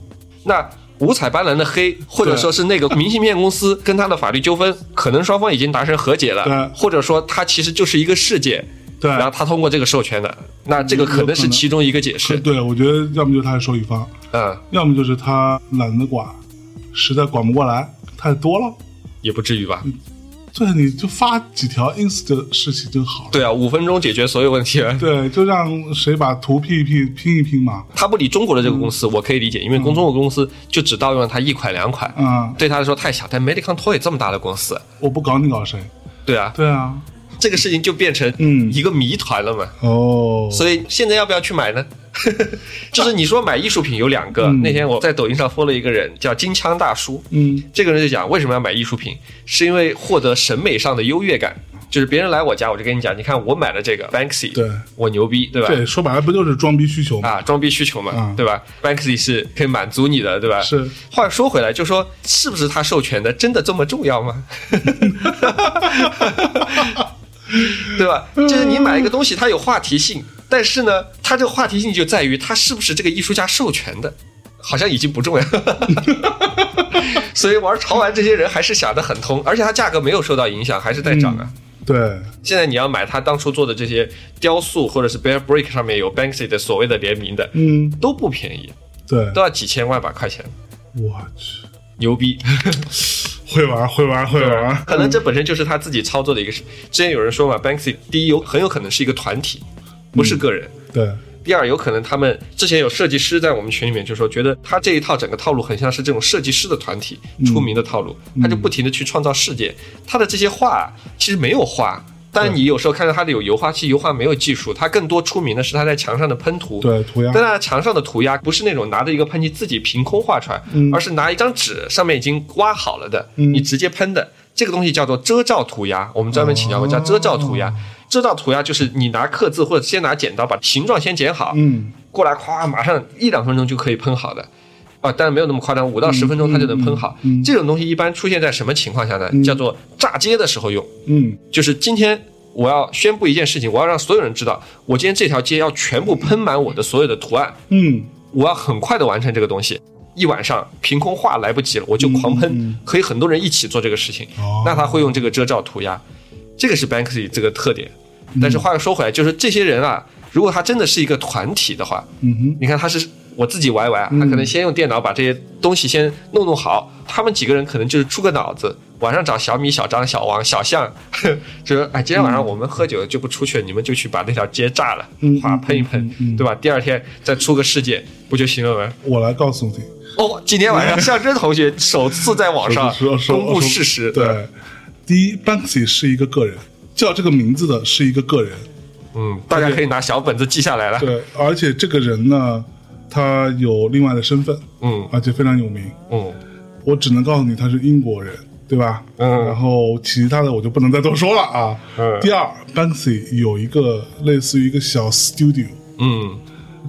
[SPEAKER 2] 那五彩斑斓的黑，或者
[SPEAKER 1] 对
[SPEAKER 2] 说是那个明信片公司 (laughs) 跟他的法律纠纷，可能双方已经达成和解
[SPEAKER 1] 对
[SPEAKER 2] 了，或者说他其实就是一个世界，
[SPEAKER 1] 对，
[SPEAKER 2] 然后他通过这个授权的，那这个可能是其中一个解释。
[SPEAKER 1] 对，我觉得要么就是他是受益方，
[SPEAKER 2] 嗯，
[SPEAKER 1] 要么就是他懒得管，实在管不过来，太多了。
[SPEAKER 2] 也不至于
[SPEAKER 1] 嗯
[SPEAKER 2] 吧？
[SPEAKER 1] 对，你就发几条 ins 的事情就好了。
[SPEAKER 2] 对啊，五分钟解决所有问题了。
[SPEAKER 1] 对，就让谁把图 P 一 P 拼一拼嘛。
[SPEAKER 2] 他不理中国的这个公
[SPEAKER 1] 嗯
[SPEAKER 2] 司，我可以理解，因为中国公司就只盗用了他一款两款，
[SPEAKER 1] 嗯，
[SPEAKER 2] 对他来说太小。但 Medicon Toy 这么大的公司，
[SPEAKER 1] 我不搞你搞谁？
[SPEAKER 2] 对啊，
[SPEAKER 1] 对啊，
[SPEAKER 2] 这个事情就变成
[SPEAKER 1] 嗯
[SPEAKER 2] 一个谜团了嘛。
[SPEAKER 1] 哦，
[SPEAKER 2] 所以现在要不要去买呢？ (laughs) 就是你说买艺术品有两个，那天我在抖音上 follow 一个人叫金枪大叔，
[SPEAKER 1] 嗯，
[SPEAKER 2] 这个人就讲为什么要买艺术品，是因为获得审美上的优越感。就是别人来我家，我就跟你讲，你看我买了这个 Banksy，
[SPEAKER 1] 对
[SPEAKER 2] 我牛逼，对吧？
[SPEAKER 1] 这说白了不就是装逼需求吗？
[SPEAKER 2] 啊，装逼需求嘛，
[SPEAKER 1] 嗯
[SPEAKER 2] 对吧？Banksy 是可以满足你的，对吧？
[SPEAKER 1] 是。
[SPEAKER 2] 话说回来，就说是不是他授权的，真的这么重要吗？ (laughs) 对吧？就是你买一个东西，它有话题性，但是呢，它这个话题性就在于它是不是这个艺术家授权的，好像已经不重要 (laughs) 了。所以玩潮玩这些人还是想得很通，而且它价格没有受到影响，还是在涨啊。
[SPEAKER 1] 对，
[SPEAKER 2] 现在你要买他当初做的这些雕塑，或者是 Bear Brick 上面有 Banksy 的所谓的联名的，
[SPEAKER 1] 嗯，
[SPEAKER 2] 都不便宜，
[SPEAKER 1] 对，
[SPEAKER 2] 都要几千万把块钱，
[SPEAKER 1] 我去，
[SPEAKER 2] 牛逼！
[SPEAKER 1] 会玩会玩会 (laughs) 玩，
[SPEAKER 2] 可能这本身就是他自己操作的一个事。之前有人说嘛，Banksy 第一有很有可能是一个团体，不是个人。
[SPEAKER 1] 对，
[SPEAKER 2] 第二，有可能他们之前有设计师在我们群里面就说，觉得他这一套整个套路很像是这种设计师的团体出名的套路，他就不停的去创造世界。他的这些画其实没有画，但你有时候看到他的有油画，其实油画没有技术，他更多出名的是他在墙上的喷涂。
[SPEAKER 1] 对啊涂鸦
[SPEAKER 2] 但他墙上的涂鸦不是那种拿着一个喷漆自己凭空画出来，
[SPEAKER 1] 嗯
[SPEAKER 2] 而是拿一张纸上面已经挖好了的，你直接喷的。这个东西叫做遮罩涂鸦，我们专门请教
[SPEAKER 1] 哦
[SPEAKER 2] 过叫遮罩涂鸦。遮罩涂鸦就是你拿刻字或者先拿剪刀把形状先剪好，
[SPEAKER 1] 嗯，
[SPEAKER 2] 过来夸，马上一两分钟就可以喷好的。啊，当然没有那么夸张，五到十分
[SPEAKER 1] 嗯
[SPEAKER 2] 钟它就能喷好。这种东西一般出现在什么情况下呢？叫做炸街的时候用，
[SPEAKER 1] 嗯，
[SPEAKER 2] 就是今天我要宣布一件事情，我要让所有人知道，我今天这条街要全部喷满我的所有的图案，
[SPEAKER 1] 嗯，
[SPEAKER 2] 我要很快的完成这个东西。一晚上凭空画来不及了，我就狂喷，可以很多人一起做这个事情。
[SPEAKER 1] 哦
[SPEAKER 2] 那他会用这个遮罩涂鸦，这个是 Banksy 这个特点。但是话又说回来，就是这些人啊，如果他真的是一个团体的话，
[SPEAKER 1] 嗯哼，
[SPEAKER 2] 你看他是我自己玩一玩，他
[SPEAKER 1] 嗯
[SPEAKER 2] 可能先用电脑把这些东西先弄弄好，他们几个人可能就是出个脑子，晚上找小米、小张、小王、小象， (laughs) 就说哎，今天晚
[SPEAKER 1] 嗯
[SPEAKER 2] 上我们喝酒就不出去，你们就去把那条街炸了，哗喷
[SPEAKER 1] 嗯
[SPEAKER 2] 一喷，对吧？第二天再出个世界，不就行了吗？
[SPEAKER 1] 我来告诉你，
[SPEAKER 2] 哦，今天晚上象征同学首次在网上
[SPEAKER 1] 嗯说说
[SPEAKER 2] 公布事实，
[SPEAKER 1] 对，第一，Banksy 是一个个人，叫这个名字的是一个
[SPEAKER 2] (laughs)
[SPEAKER 1] 个人，
[SPEAKER 2] 嗯，大家可以拿小本子记下来了，
[SPEAKER 1] 对，而且这个人呢，他有另外的身份，
[SPEAKER 2] 嗯
[SPEAKER 1] 而且非常有名。
[SPEAKER 2] 嗯
[SPEAKER 1] 我只能告诉你他是英国人，对吧？
[SPEAKER 2] 嗯
[SPEAKER 1] 然后其他的我就不能再多说了啊。
[SPEAKER 2] 嗯
[SPEAKER 1] 第二，Banksy 有一个类似于一个小 studio，
[SPEAKER 2] 嗯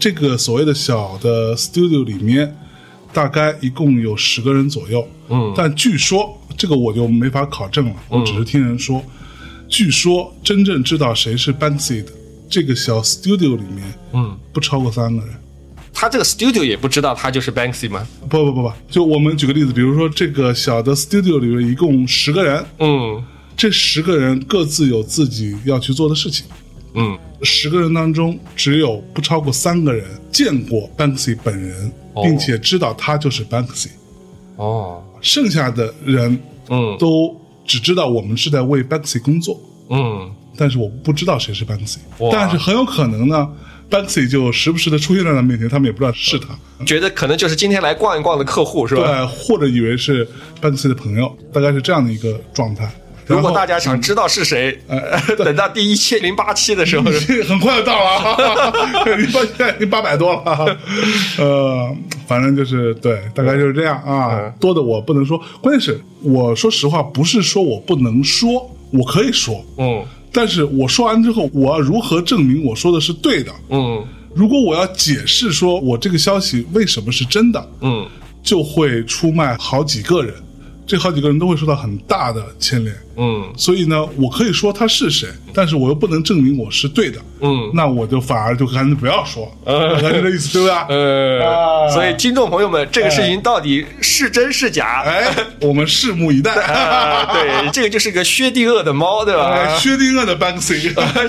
[SPEAKER 1] 这个所谓的小的 studio 里面，大概一共有十个人左右。
[SPEAKER 2] 嗯
[SPEAKER 1] 但据说这个我就没法考证了，我只是听人说。据说真正知道谁是 Banksy 的这个小 studio 里面
[SPEAKER 2] 嗯，
[SPEAKER 1] 不超过三个人。
[SPEAKER 2] 他这个 studio 也不知道他就是 Banksy 吗？
[SPEAKER 1] 不不不不，就我们举个例子，比如说这个小的 studio 里面一共十个人，
[SPEAKER 2] 嗯
[SPEAKER 1] 这十个人各自有自己要去做的事情。
[SPEAKER 2] 嗯，
[SPEAKER 1] 十个人当中，只有不超过三个人见过 Banksy 本人，
[SPEAKER 2] 哦
[SPEAKER 1] 并且知道他就是 Banksy，
[SPEAKER 2] 哦，
[SPEAKER 1] 剩下的人
[SPEAKER 2] 嗯
[SPEAKER 1] 都只知道我们是在为 Banksy 工作，
[SPEAKER 2] 嗯。
[SPEAKER 1] 但是我不知道谁是 Banksy，
[SPEAKER 2] 哇
[SPEAKER 1] 但是很有可能呢，Banksy 就时不时的出现在他们面前，他们也不知道是他。
[SPEAKER 2] 觉得可能就是今天来逛一逛的客户是吧？
[SPEAKER 1] 对，或者以为是 Banksy 的朋友，大概是这样的一个状态。
[SPEAKER 2] 如果
[SPEAKER 1] 然后 (laughs)
[SPEAKER 2] 大家想知道是谁，呃等到第一千零八期的时候，
[SPEAKER 1] 很快就到了啊， (laughs) 已经八现在已经八百多了
[SPEAKER 2] (laughs)
[SPEAKER 1] 啊，呃，反正就是对，大概就是这样啊
[SPEAKER 2] 嗯，
[SPEAKER 1] 多的我不能说，关键是我说实话，不是说我不能说，我可以说，
[SPEAKER 2] 嗯
[SPEAKER 1] 但是我说完之后，我要如何证明我说的是对的？
[SPEAKER 2] 嗯
[SPEAKER 1] 如果我要解释说我这个消息为什么是真的，
[SPEAKER 2] 嗯，
[SPEAKER 1] 就会出卖好几个人，这好几个人都会受到很大的牵连。
[SPEAKER 2] 嗯
[SPEAKER 1] 所以呢，我可以说他是谁，但是我又不能证明我是对的。
[SPEAKER 2] 嗯
[SPEAKER 1] 那我就反而就干脆不要说，
[SPEAKER 2] 嗯
[SPEAKER 1] 大概就这意思，对吧？
[SPEAKER 2] 呃，
[SPEAKER 1] 啊
[SPEAKER 2] 所以听众朋友们，这个事情到底是真是假？
[SPEAKER 1] 哎，我们拭目以待。
[SPEAKER 2] 啊，对，这个就是个薛定谔的猫，对吧
[SPEAKER 1] 哎，？薛定谔的 Banksy，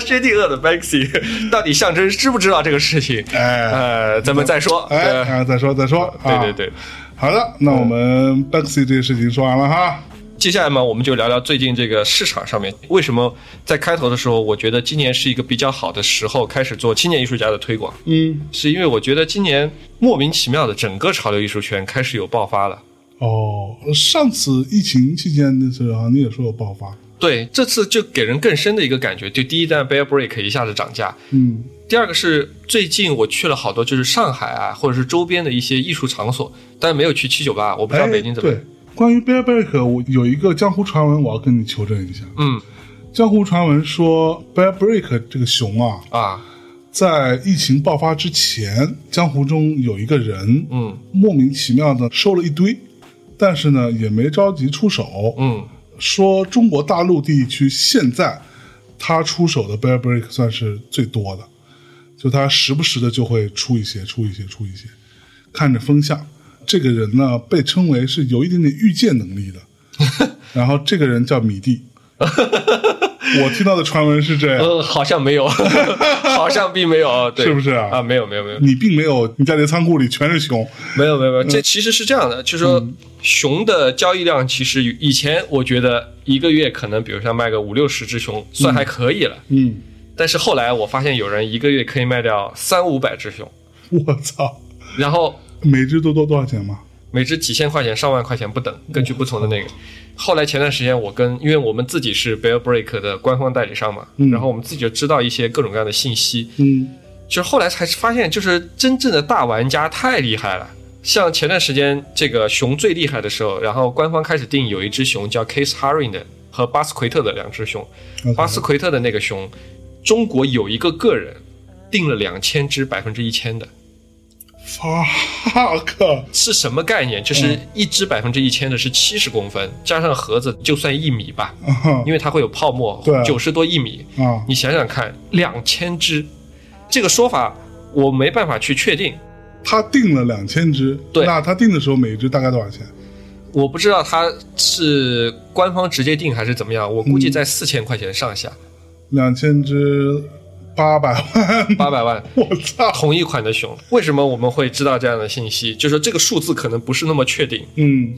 [SPEAKER 2] (laughs) 薛定谔的 Banksy 到底象征知不知道这个事情？
[SPEAKER 1] 哎
[SPEAKER 2] 呃，咱们再说。
[SPEAKER 1] 哎，
[SPEAKER 2] 呃
[SPEAKER 1] 啊再说再说，
[SPEAKER 2] 对
[SPEAKER 1] 啊
[SPEAKER 2] 对对，
[SPEAKER 1] 好的，那我们 Banksy 这个事情说完了哈，
[SPEAKER 2] 接下来嘛，我们就聊聊最近这个市场上面，为什么在开头的时候，我觉得今年是一个比较好的时候开始做青年艺术家的推广，
[SPEAKER 1] 嗯，
[SPEAKER 2] 是因为我觉得今年莫名其妙的整个潮流艺术圈开始有爆发了。
[SPEAKER 1] 哦，上次疫情期间的时候，好像你也说有爆发，
[SPEAKER 2] 对，这次就给人更深的一个感觉，就第一单 Bear Break 一下子涨价，
[SPEAKER 1] 嗯
[SPEAKER 2] 第二个是最近我去了好多就是上海啊，或者是周边的一些艺术场所，但没有去七九八，我不知道
[SPEAKER 1] 哎
[SPEAKER 2] 北京怎么样。
[SPEAKER 1] 对，关于 Bear b r a k 我有一个江湖传闻，我要跟你求证一下。
[SPEAKER 2] 嗯，
[SPEAKER 1] 江湖传闻说 b a d Break 这个熊啊，
[SPEAKER 2] 啊，
[SPEAKER 1] 在疫情爆发之前，江湖中有一个人，
[SPEAKER 2] 嗯
[SPEAKER 1] 莫名其妙的收了一堆，但是呢，也没着急出手。
[SPEAKER 2] 嗯，
[SPEAKER 1] 说中国大陆地区现在他出手的 Bear Break 算是最多的，就他时不时的就会出一些、出一些、出一些，看着风向。这个人呢，被称为是有一点点预见能力的。然后这个人叫米蒂， (laughs) 我听到的传闻是这样，
[SPEAKER 2] 呃，好像没有， (laughs) 好像并没有，对，
[SPEAKER 1] (laughs) 是不是啊
[SPEAKER 2] 啊？没有没有没有
[SPEAKER 1] 你并没有，你家里的仓库里全是熊，
[SPEAKER 2] 没有没有
[SPEAKER 1] 嗯
[SPEAKER 2] 没有，这其实是这样的，就是说熊的交易量，其实以前我觉得一个月可能，比如像卖个五六十只熊，算还可以了。
[SPEAKER 1] 嗯，
[SPEAKER 2] 但是后来我发现有人一个月可以卖掉三五百只熊，
[SPEAKER 1] 我操，
[SPEAKER 2] 然后
[SPEAKER 1] 每只都多多少钱吗？
[SPEAKER 2] 每只几千块钱、上万块钱不等，根据不同的那个。后来前段时间我跟，因为我们自己是 Bear Break 的官方代理商嘛，
[SPEAKER 1] 嗯
[SPEAKER 2] 然后我们自己就知道一些各种各样的信息，
[SPEAKER 1] 嗯
[SPEAKER 2] 就是后来才发现，就是真正的大玩家太厉害了。像前段时间这个熊最厉害的时候，然后官方开始定有一只熊叫 Case Haring 的和巴斯奎特的两只熊，
[SPEAKER 1] ，OK， (laughs)
[SPEAKER 2] 巴斯奎特的那个熊，中国有一个个人定了两千只百分之一千的，
[SPEAKER 1] fuck，
[SPEAKER 2] 是什么概念？就是一只百分之一千的是七十公分，加上盒子就算一米吧，
[SPEAKER 1] 啊
[SPEAKER 2] 因为它会有泡沫
[SPEAKER 1] 对，
[SPEAKER 2] 九十多一米。
[SPEAKER 1] 啊，
[SPEAKER 2] 你想想看，两千只，这个说法我没办法去确定，
[SPEAKER 1] 他定了两千只，
[SPEAKER 2] 对
[SPEAKER 1] 那他定的时候每一只大概多少钱？
[SPEAKER 2] 我不知道它是官方直接定还是怎么样，我估计在四千块钱上下，
[SPEAKER 1] 两千只八百万，
[SPEAKER 2] 八百万。
[SPEAKER 1] 我操！
[SPEAKER 2] 同一款的熊，为什么我们会知道这样的信息？就是说这个数字可能不是那么确定，
[SPEAKER 1] 嗯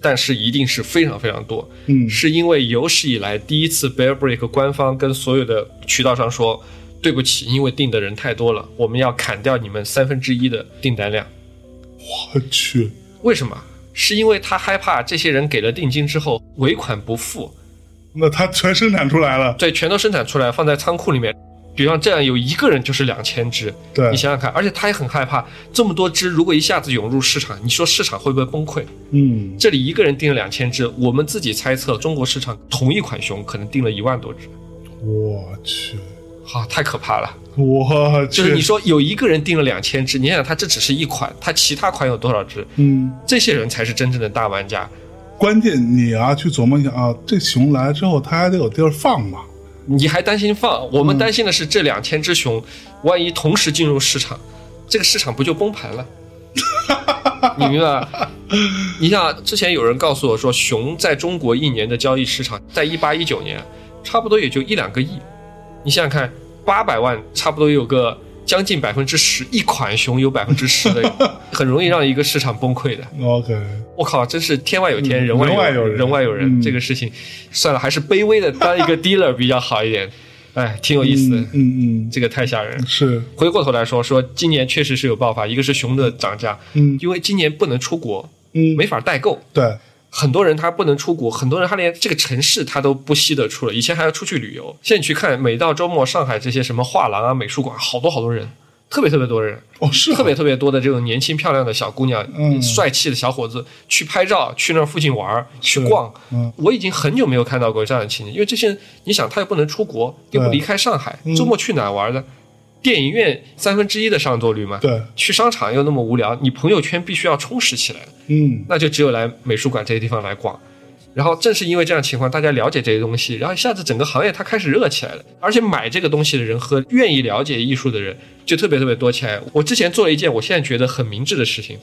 [SPEAKER 2] 但是一定是非常非常多。
[SPEAKER 1] 嗯
[SPEAKER 2] 是因为有史以来第一次 Bear Break 官方跟所有的渠道商说，对不起，因为订的人太多了，我们要砍掉你们三分之一的订单量。
[SPEAKER 1] 我去，
[SPEAKER 2] 为什么？是因为他害怕这些人给了定金之后尾款不付，
[SPEAKER 1] 那他全生产出来了，
[SPEAKER 2] 对，全都生产出来放在仓库里面。比方这样有一个人就是两千只，
[SPEAKER 1] 对
[SPEAKER 2] 你，想想看，而且他也很害怕这么多只如果一下子涌入市场，你说市场会不会崩溃？
[SPEAKER 1] 嗯，
[SPEAKER 2] 这里一个人订了两千只，我们自己猜测中国市场同一款熊可能订了一万多只，
[SPEAKER 1] 我去，
[SPEAKER 2] 啊，太可怕了。
[SPEAKER 1] 我去，
[SPEAKER 2] 就是你说有一个人订了两千只，你想想他这只是一款，他其他款有多少只？
[SPEAKER 1] 嗯，
[SPEAKER 2] 这些人才是真正的大玩家。
[SPEAKER 1] 关键你啊，去琢磨一下啊，这熊来之后，它还得有地儿放吧？
[SPEAKER 2] 你还担心放？我们担心的是这两千只熊，万一同时进入市场，这个市场不就崩盘了？你明白吧？你想，之前有人告诉我说，熊在中国一年的交易市场，在一八一九年，差不多也就一两个亿。你想想看，八百万差不多有个将近百分之十，一款熊有百分之十的，很容易让一个市场崩溃的。
[SPEAKER 1] OK，
[SPEAKER 2] 我靠，真是天外有天，
[SPEAKER 1] 嗯
[SPEAKER 2] 人外
[SPEAKER 1] 人外有
[SPEAKER 2] 有
[SPEAKER 1] 人
[SPEAKER 2] 人外有人。
[SPEAKER 1] 嗯
[SPEAKER 2] 这个事情，算了，还是卑微的当
[SPEAKER 1] (laughs)
[SPEAKER 2] 一个 dealer 比较好一点。哎，挺有意思的，
[SPEAKER 1] 嗯嗯
[SPEAKER 2] 这个太吓人了
[SPEAKER 1] 嗯，。是，
[SPEAKER 2] 回过头来说，说今年确实是有爆发，一个是熊的涨价，
[SPEAKER 1] 嗯
[SPEAKER 2] 因为今年不能出国，
[SPEAKER 1] 嗯，
[SPEAKER 2] 没法代购，
[SPEAKER 1] 对，
[SPEAKER 2] 很多人他不能出国，很多人他连这个城市他都不惜得出了，以前还要出去旅游，现在你去看，每到周末上海这些什么画廊啊、美术馆，好多好多人，特别特别多人，
[SPEAKER 1] 哦是啊
[SPEAKER 2] 特别特别多的这种年轻漂亮的小姑娘、
[SPEAKER 1] 嗯
[SPEAKER 2] 帅气的小伙子去拍照，去那儿附近玩儿，去逛。
[SPEAKER 1] 嗯
[SPEAKER 2] 我已经很久没有看到过这样的情景，因为这些人，你想他又不能出国，又不离开上海，
[SPEAKER 1] 嗯
[SPEAKER 2] 周末去哪儿玩呢？电影院三分之一的上座率嘛，
[SPEAKER 1] 对，
[SPEAKER 2] 去商场又那么无聊，你朋友圈必须要充实起来，
[SPEAKER 1] 嗯
[SPEAKER 2] 那就只有来美术馆这些地方来逛。然后正是因为这样的情况，大家了解这些东西，然后一下子整个行业它开始热起来了，而且买这个东西的人和愿意了解艺术的人就特别特别多起来。我之前做了一件我现在觉得很明智的事情，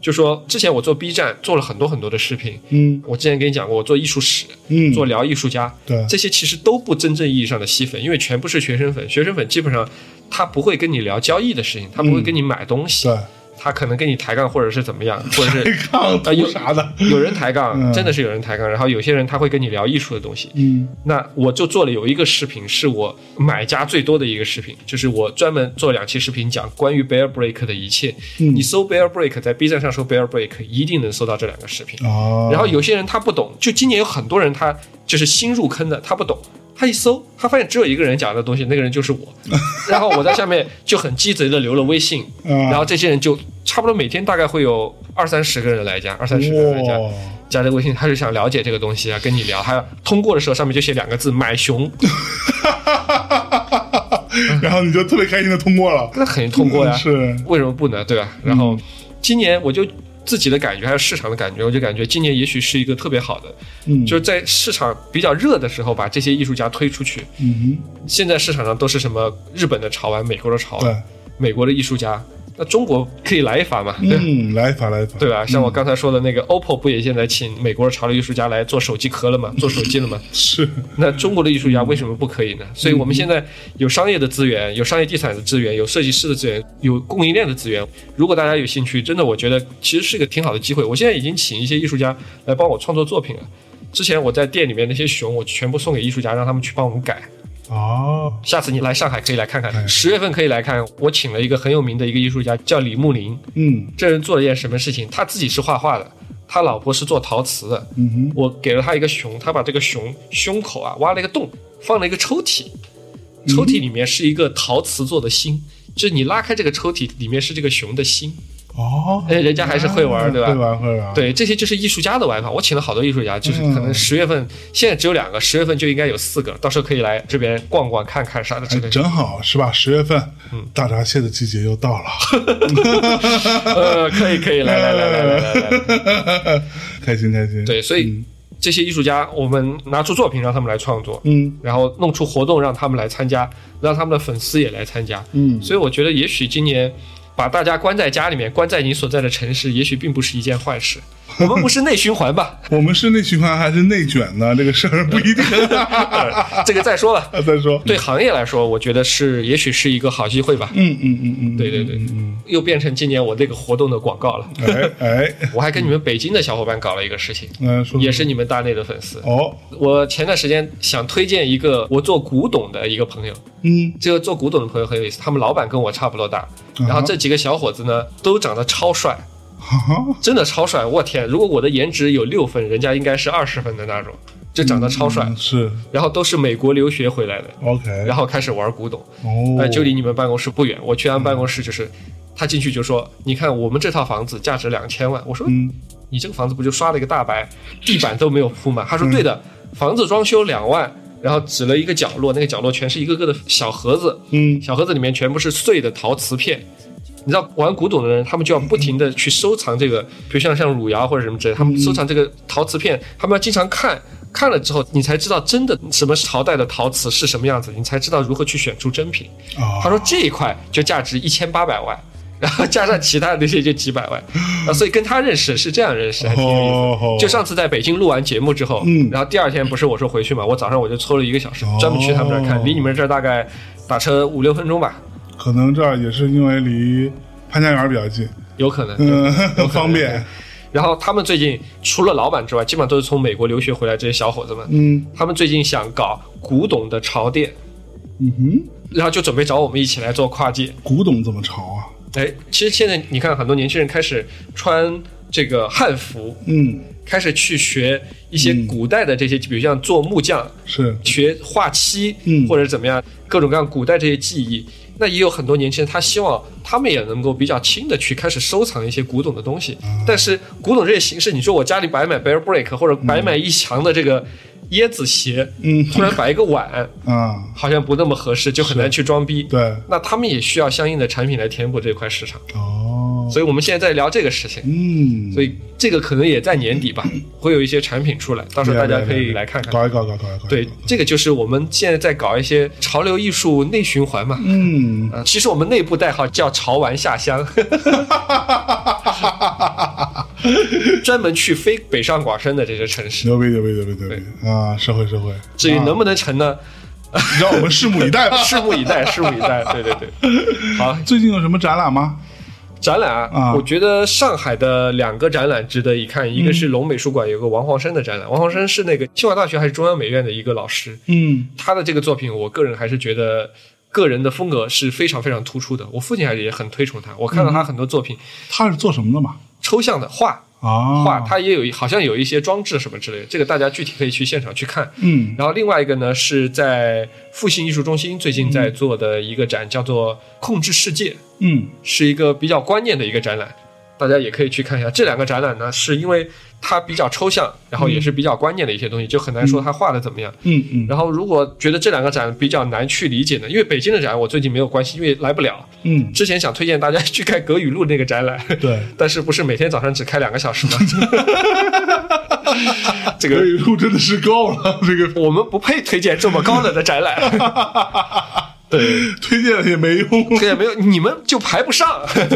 [SPEAKER 2] 就说之前我做 B 站做了很多很多的视频，
[SPEAKER 1] 嗯
[SPEAKER 2] 我之前跟你讲过，我做艺术史，
[SPEAKER 1] 嗯，
[SPEAKER 2] 做聊艺术家，
[SPEAKER 1] 对，
[SPEAKER 2] 这些其实都不真正意义上的吸粉，因为全部是学生粉，学生粉基本上他不会跟你聊交易的事情，他不会跟你买东西，
[SPEAKER 1] 嗯对，
[SPEAKER 2] 他可能跟你抬杠或者是怎么样，或者
[SPEAKER 1] (laughs)
[SPEAKER 2] 是
[SPEAKER 1] 对抗
[SPEAKER 2] 啊
[SPEAKER 1] 图
[SPEAKER 2] 有
[SPEAKER 1] 啥的，
[SPEAKER 2] (laughs) 有人抬杠
[SPEAKER 1] 嗯，
[SPEAKER 2] 真的是有人抬杠。然后有些人他会跟你聊艺术的东西。
[SPEAKER 1] 嗯
[SPEAKER 2] 那我就做了有一个视频，是我买家最多的一个视频，就是我专门做两期视频讲关于 Bear Break 的一切。
[SPEAKER 1] 嗯
[SPEAKER 2] 你搜 Bear Break，在 B 站上搜 Bear Break，一定能搜到这两个视频。
[SPEAKER 1] 啊，
[SPEAKER 2] 然后有些人他不懂，就今年有很多人他就是新入坑的，他不懂。他一搜，他发现只有一个人讲的
[SPEAKER 1] (laughs)
[SPEAKER 2] 东西，那个人就是我。然后我在下面就很鸡贼的留了微信，
[SPEAKER 1] 啊
[SPEAKER 2] 然后这些人就差不多每天大概会有二三十个人来加，二三十个人来加。
[SPEAKER 1] 哇，
[SPEAKER 2] 加这个微信，他是想了解这个东西啊，跟你聊。还有通过的时候，上面就写两个字“买熊 (laughs)
[SPEAKER 1] 然后你就特别开心的通过了”，，
[SPEAKER 2] 那肯定通过呀、
[SPEAKER 1] 嗯是，
[SPEAKER 2] 为什么不呢？对吧？然后今年我就自己的感觉，还有市场的感觉，我就感觉今年也许是一个特别好的，
[SPEAKER 1] 嗯，
[SPEAKER 2] 就是在市场比较热的时候，把这些艺术家推出去。
[SPEAKER 1] 嗯
[SPEAKER 2] 现在市场上都是什么日本的潮玩、美国的潮
[SPEAKER 1] 哼，
[SPEAKER 2] 玩、
[SPEAKER 1] 对，
[SPEAKER 2] 美国的艺术家，那中国可以来一发嘛？对吧。
[SPEAKER 1] 嗯，来一把，来一把，
[SPEAKER 2] 对吧？像我刚才说的那个 OPPO 不也现在请美国的潮流艺术家来做手机壳了吗？做手机了吗？
[SPEAKER 1] 是，
[SPEAKER 2] 那中国的艺术家为什么不可以呢？所以我们现在有商业的资源，有商业地产的资源，有设计师的资源，有供应链的资源。如果大家有兴趣，真的我觉得其实是一个挺好的机会。我现在已经请一些艺术家来帮我创作作品了。之前我在店里面那些熊，我全部送给艺术家，让他们去帮我们改。
[SPEAKER 1] 哦，
[SPEAKER 2] 下次你来上海可以来看
[SPEAKER 1] 哎
[SPEAKER 2] 看，十月份可以来看。我请了一个很有名的一个艺术家，叫李慕林。
[SPEAKER 1] 嗯
[SPEAKER 2] 这人做了一件什么事情？他自己是画画的，他老婆是做陶瓷的。
[SPEAKER 1] 嗯哼，
[SPEAKER 2] 我给了他一个熊，他把这个熊胸口啊挖了一个洞，放了一个抽屉，抽屉里面是一个陶瓷做的心，就是你拉开这个抽屉，里面是这个熊的心。
[SPEAKER 1] 哦，
[SPEAKER 2] 哎，人家还是会玩对吧
[SPEAKER 1] 会玩会玩，，
[SPEAKER 2] 对，这些就是艺术家的玩法。我请了好多艺术家，就是
[SPEAKER 1] 嗯
[SPEAKER 2] 可能十月份现在只有两个，十月份就应该有四个，到时候可以来这边逛逛看看啥的之类的。
[SPEAKER 1] 哎，
[SPEAKER 2] 嗯
[SPEAKER 1] 正好是吧？十月份，大闸蟹的季节又到了， (laughs)
[SPEAKER 2] 呃，可以可以，来来来来来来来来。
[SPEAKER 1] 开心开心，，
[SPEAKER 2] 对，所以这些艺术家，我们拿出作品让他们来创作，
[SPEAKER 1] 嗯
[SPEAKER 2] 然后弄出活动让他们来参加，让他们的粉丝也来参加。
[SPEAKER 1] 嗯，
[SPEAKER 2] 所以我觉得，也许今年把大家关在家里面，关在你所在的城市，也许并不是一件坏事。我们不是内循环
[SPEAKER 1] (laughs)
[SPEAKER 2] 吧？
[SPEAKER 1] 我们是内循环还是内卷呢？这个事儿不
[SPEAKER 2] (laughs)
[SPEAKER 1] 一定。
[SPEAKER 2] 啊这个再说了。
[SPEAKER 1] 再说，
[SPEAKER 2] (laughs) 对行业来说，我觉得是也许是一个好机会吧。
[SPEAKER 1] 嗯嗯嗯嗯，
[SPEAKER 2] 对对对，又变成今年我那个活动的广告了。
[SPEAKER 1] 哎哎，
[SPEAKER 2] 我还跟你们北京的小伙伴搞了一个事情，
[SPEAKER 1] 嗯，说
[SPEAKER 2] 也是你们大内的粉丝。
[SPEAKER 1] 哦，
[SPEAKER 2] 我前段时间想推荐一个我做古董的一个朋友，
[SPEAKER 1] 嗯，
[SPEAKER 2] 这个做古董的朋友很有意思，他们老板跟我差不多大，然后这几个小伙子呢都长得超帅，
[SPEAKER 1] 哈，
[SPEAKER 2] 真的超帅！我天，如果我的颜值有六分，人家应该是二十分的那种，就长得超帅。
[SPEAKER 1] 是
[SPEAKER 2] 然后都是美国留学回来的，
[SPEAKER 1] OK，
[SPEAKER 2] 然后开始玩古董。
[SPEAKER 1] 哦，嗯
[SPEAKER 2] 那哎就离你们办公室不远，我去他们办公室就是，他进去就说：“你看我们这套房子价值两千万。”我说：“
[SPEAKER 1] 嗯
[SPEAKER 2] 你这个房子不就刷了一个大白，地板都没有铺
[SPEAKER 1] (laughs)
[SPEAKER 2] 满？”他说：“对的，房子装修两万。”然后指了一个角落，那个角落全是一个个的小盒子，
[SPEAKER 1] 嗯
[SPEAKER 2] 小盒子里面全部是碎的陶瓷片。你知道玩古董的人，他们就要不停的去收藏这个，比如像像汝窑或者什么之类，他们收藏这个陶瓷片，他们要经常看，看了之后你才知道真的什么朝代的陶瓷是什么样子，你才知道如何去选出真品。
[SPEAKER 1] 啊，
[SPEAKER 2] 他说这一块就价值一千八百万，然后加上其他的那些就几百万，啊，所以跟他认识是这样认识，还挺有意思的。
[SPEAKER 1] 哦，
[SPEAKER 2] 就上次在北京录完节目之后，
[SPEAKER 1] 嗯
[SPEAKER 2] 然后第二天不是我说回去嘛，我早上我就抽了一个小时，专门去他们那儿
[SPEAKER 1] 哦
[SPEAKER 2] 看，离你们这儿大概打车五六分钟吧，
[SPEAKER 1] 可能这儿也是因为离潘家园比较近，
[SPEAKER 2] 有可能。 (laughs)
[SPEAKER 1] 嗯，方便，
[SPEAKER 2] 然后他们最近除了老板之外，基本上都是从美国留学回来这些小伙子们，
[SPEAKER 1] 嗯
[SPEAKER 2] 他们最近想搞古董的潮店，
[SPEAKER 1] 嗯哼，
[SPEAKER 2] 然后就准备找我们一起来做跨界。
[SPEAKER 1] 古董怎么潮啊？
[SPEAKER 2] 哎，其实现在你看，很多年轻人开始穿这个汉服，
[SPEAKER 1] 嗯，
[SPEAKER 2] 开始去学一些古代的这些，比如像做木匠、
[SPEAKER 1] 是，
[SPEAKER 2] 学画漆，
[SPEAKER 1] 嗯
[SPEAKER 2] 或者怎么样，各种各样古代这些技艺。那也有很多年轻人，他希望他们也能够比较轻的去开始收藏一些古董的东西。
[SPEAKER 1] 啊
[SPEAKER 2] 但是古董这些形式，你说我家里摆满 bear break 或者摆满一墙的这个椰子鞋，
[SPEAKER 1] 嗯
[SPEAKER 2] 突然摆一个碗，
[SPEAKER 1] 啊，
[SPEAKER 2] 好像不那么合适，就很难去装逼。
[SPEAKER 1] 对，
[SPEAKER 2] 那他们也需要相应的产品来填补这块市场。
[SPEAKER 1] 哦，
[SPEAKER 2] 所以我们现在在聊这个事情。
[SPEAKER 1] 嗯，
[SPEAKER 2] 所以这个可能也在年
[SPEAKER 1] (laughs)
[SPEAKER 2] 底吧，会有一些产品出来，到时候大家可以来看看。
[SPEAKER 1] 搞一搞，搞一搞，搞一搞，
[SPEAKER 2] 对，这个就是我们现在在搞一些潮流艺术内循环嘛。
[SPEAKER 1] 嗯，
[SPEAKER 2] 啊，其实我们内部代号叫“潮玩下
[SPEAKER 1] (laughs)
[SPEAKER 2] 乡”，专门去非北上广深的这些城市。
[SPEAKER 1] 牛逼牛逼牛逼牛逼啊！社会社会，
[SPEAKER 2] 至于能不能成呢？
[SPEAKER 1] 让我们拭目以待吧。 (laughs)
[SPEAKER 2] 拭目以待，拭目以待。对对对，好，
[SPEAKER 1] 最近有什么展览吗？
[SPEAKER 2] 展览啊，
[SPEAKER 1] 啊
[SPEAKER 2] 我觉得上海的两个展览值得一看，一个
[SPEAKER 1] 嗯
[SPEAKER 2] 是龙美术馆有个王黄生的展览，王黄生是那个清华大学还是中央美院的一个老师，
[SPEAKER 1] 嗯，
[SPEAKER 2] 他的这个作品，我个人还是觉得个人的风格是非常非常突出的。我父亲还是也很推崇他，我看到他很多作品，
[SPEAKER 1] 他是做什么的嘛？
[SPEAKER 2] 抽象的画，
[SPEAKER 1] 啊，
[SPEAKER 2] 画，它也有一好像有一些装置什么之类的，这个大家具体可以去现场去看。
[SPEAKER 1] 嗯
[SPEAKER 2] 然后另外一个呢是在复兴艺术中心最近在做的一个展，叫做《控制世界》，
[SPEAKER 1] 嗯
[SPEAKER 2] 是一个比较观念的一个展览，大家也可以去看一下。这两个展览呢，是因为它比较抽象，然后也是比较观念的一些东西，就很难说它画的怎么样。
[SPEAKER 1] 嗯嗯
[SPEAKER 2] 然后如果觉得这两个展比较难去理解呢，因为北京的展我最近没有关系，因为来不了。
[SPEAKER 1] 嗯，
[SPEAKER 2] 之前想推荐大家去看葛雨露那个展览， (laughs)
[SPEAKER 1] 对，
[SPEAKER 2] 但是不是每天早上只开两个小时吗？ (laughs) 这
[SPEAKER 1] 所
[SPEAKER 2] 个
[SPEAKER 1] 以路真的是够了，这个
[SPEAKER 2] 我们不配推荐这么高冷的展览， (laughs) 对，
[SPEAKER 1] 推荐了也没用。
[SPEAKER 2] (laughs) 对，没有你们就排不上，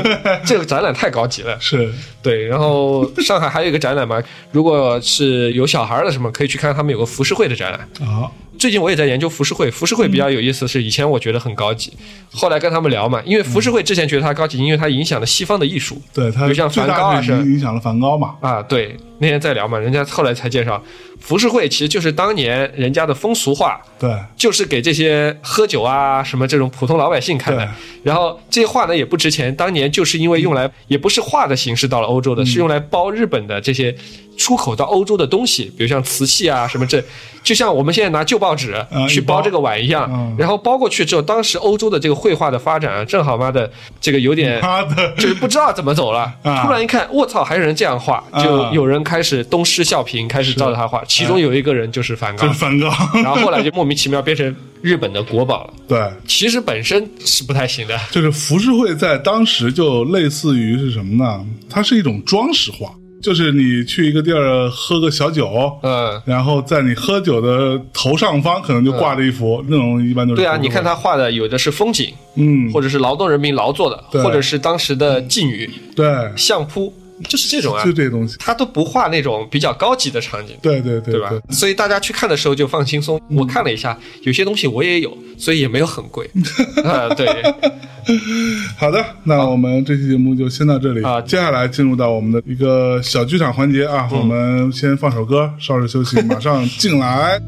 [SPEAKER 2] (laughs) 这个展览太高级了。
[SPEAKER 1] 是，
[SPEAKER 2] 对，然后上海还有一个展览嘛，如果是有小孩儿的什么，可以去看他们有个浮世绘的展览。
[SPEAKER 1] 啊，
[SPEAKER 2] 最近我也在研究浮世绘，浮世绘比较有意思，是以前我觉得很高级，后来跟他们聊嘛，因为浮世绘之前觉得它高级，因为它影响了西方的艺术
[SPEAKER 1] 对他
[SPEAKER 2] 比如像
[SPEAKER 1] 最
[SPEAKER 2] 梵高
[SPEAKER 1] 大
[SPEAKER 2] 啊
[SPEAKER 1] 的影
[SPEAKER 2] 是
[SPEAKER 1] 影响了梵高嘛，
[SPEAKER 2] 啊。对，那天在聊嘛，人家后来才介绍，浮世绘其实就是当年人家的风俗画，
[SPEAKER 1] 对，
[SPEAKER 2] 就是给这些喝酒啊什么这种普通老百姓看的
[SPEAKER 1] 对。
[SPEAKER 2] 然后这些画呢也不值钱，当年就是因为用来也不是画的形式到了欧
[SPEAKER 1] 嗯
[SPEAKER 2] 洲的，是用来包日本的这些出口到欧洲的东西，比如像瓷器啊什么这，就像我们现在拿旧报纸
[SPEAKER 1] 嗯
[SPEAKER 2] 去
[SPEAKER 1] 一
[SPEAKER 2] 包
[SPEAKER 1] 包
[SPEAKER 2] 这个碗一样。
[SPEAKER 1] 嗯
[SPEAKER 2] 然后包过去之后，当时欧洲的这个绘画的发展啊，正好妈的这个有点。
[SPEAKER 1] 他
[SPEAKER 2] (laughs)
[SPEAKER 1] 的 (laughs)
[SPEAKER 2] 就是不知道怎么走了，
[SPEAKER 1] 嗯啊
[SPEAKER 2] 突然一看，我操，还有人这样画，
[SPEAKER 1] 啊
[SPEAKER 2] 就有人开始东施效颦，开始照着他画。其中有一个人就是梵高
[SPEAKER 1] 就是，梵高，
[SPEAKER 2] 然后后来就莫名其妙变成日本的国宝了。
[SPEAKER 1] 对，
[SPEAKER 2] 其实本身是不太行的，
[SPEAKER 1] 就是浮世绘在当时就类似于是什么呢？它是一种装饰画，就是你去一个地儿喝个小酒，
[SPEAKER 2] 嗯，
[SPEAKER 1] 然后在你喝酒的头上方可能就挂着一幅、那种，一般就是
[SPEAKER 2] 对啊，
[SPEAKER 1] 浮世绘
[SPEAKER 2] 你看，他画的有的是风景，
[SPEAKER 1] 嗯，
[SPEAKER 2] 或者是劳动人民劳作的，
[SPEAKER 1] 对
[SPEAKER 2] 或者是当时的妓女、
[SPEAKER 1] 对，
[SPEAKER 2] 相扑，就是这种啊
[SPEAKER 1] 就，这东西，
[SPEAKER 2] 他都不画那种比较高级的场景。
[SPEAKER 1] 对对对
[SPEAKER 2] 对吧？所以大家去看的时候就放轻松。我看了一下，有些东西我也有，所以也没有很
[SPEAKER 1] (laughs)
[SPEAKER 2] 贵。啊、对，
[SPEAKER 1] 好的，那我们这期节目就先到这里
[SPEAKER 2] 啊
[SPEAKER 1] 接下来进入到我们的一个小剧场环节啊，我们先放首歌，稍事休息，马上进来。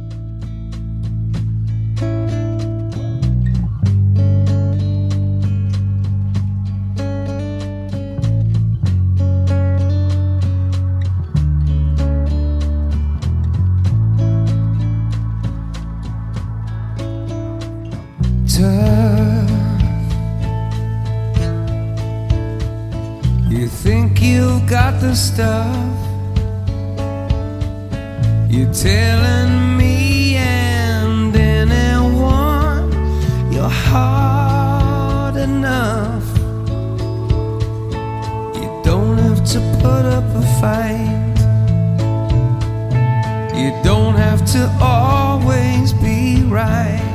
[SPEAKER 3] tough. You think you've got the stuff. You're telling me and anyone you're hard enough. You don't have to put up a fight. You don't have to always be right.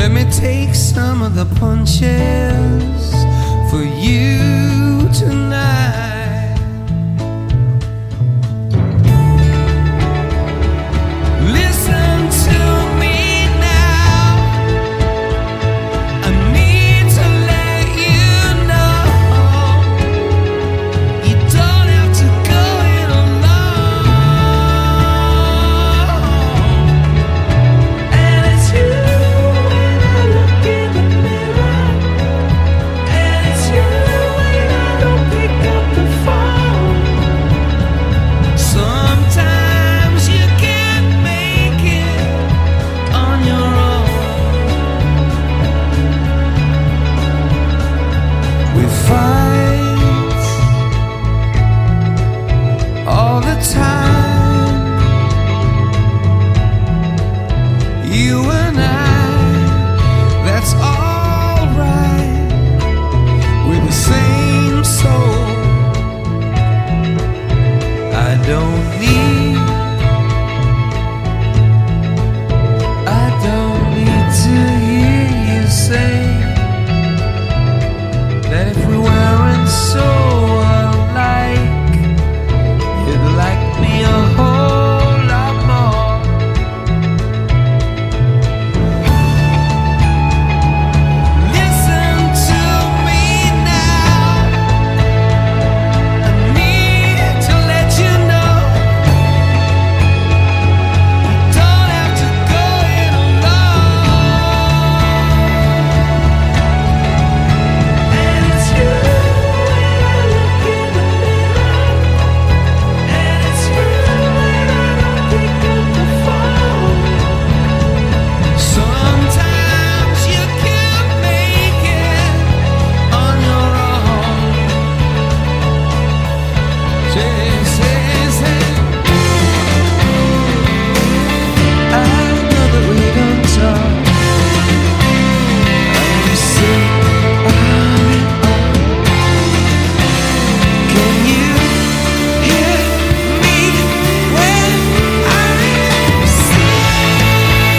[SPEAKER 3] Let me take some of the punches for you tonight. Listen to me now. I need to let you know you don't have to go it alone. And it's you when I look in the mirror. And it's you when I shakes his head. I know that we don't talk. I see I'm in awe. Can you hear me when I sing?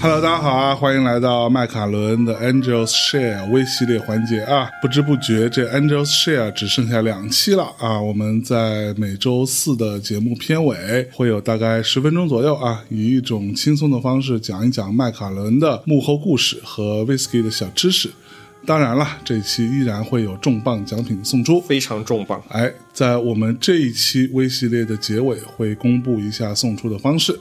[SPEAKER 1] Hello，大家好啊！欢迎来到麦卡伦的 Angels Share 微系列环节啊！不知不觉，这 Angels Share 只剩下两期了啊！我们在每周四的节目片尾会有大概十分钟左右啊，以一种轻松的方式讲一讲麦卡伦的幕后故事和 Whisky 的小知识。当然了，这期依然会有重磅奖品送出。
[SPEAKER 2] 非常重磅。
[SPEAKER 1] 哎，在我们这一期微系列的结尾会公布一下送出的方式。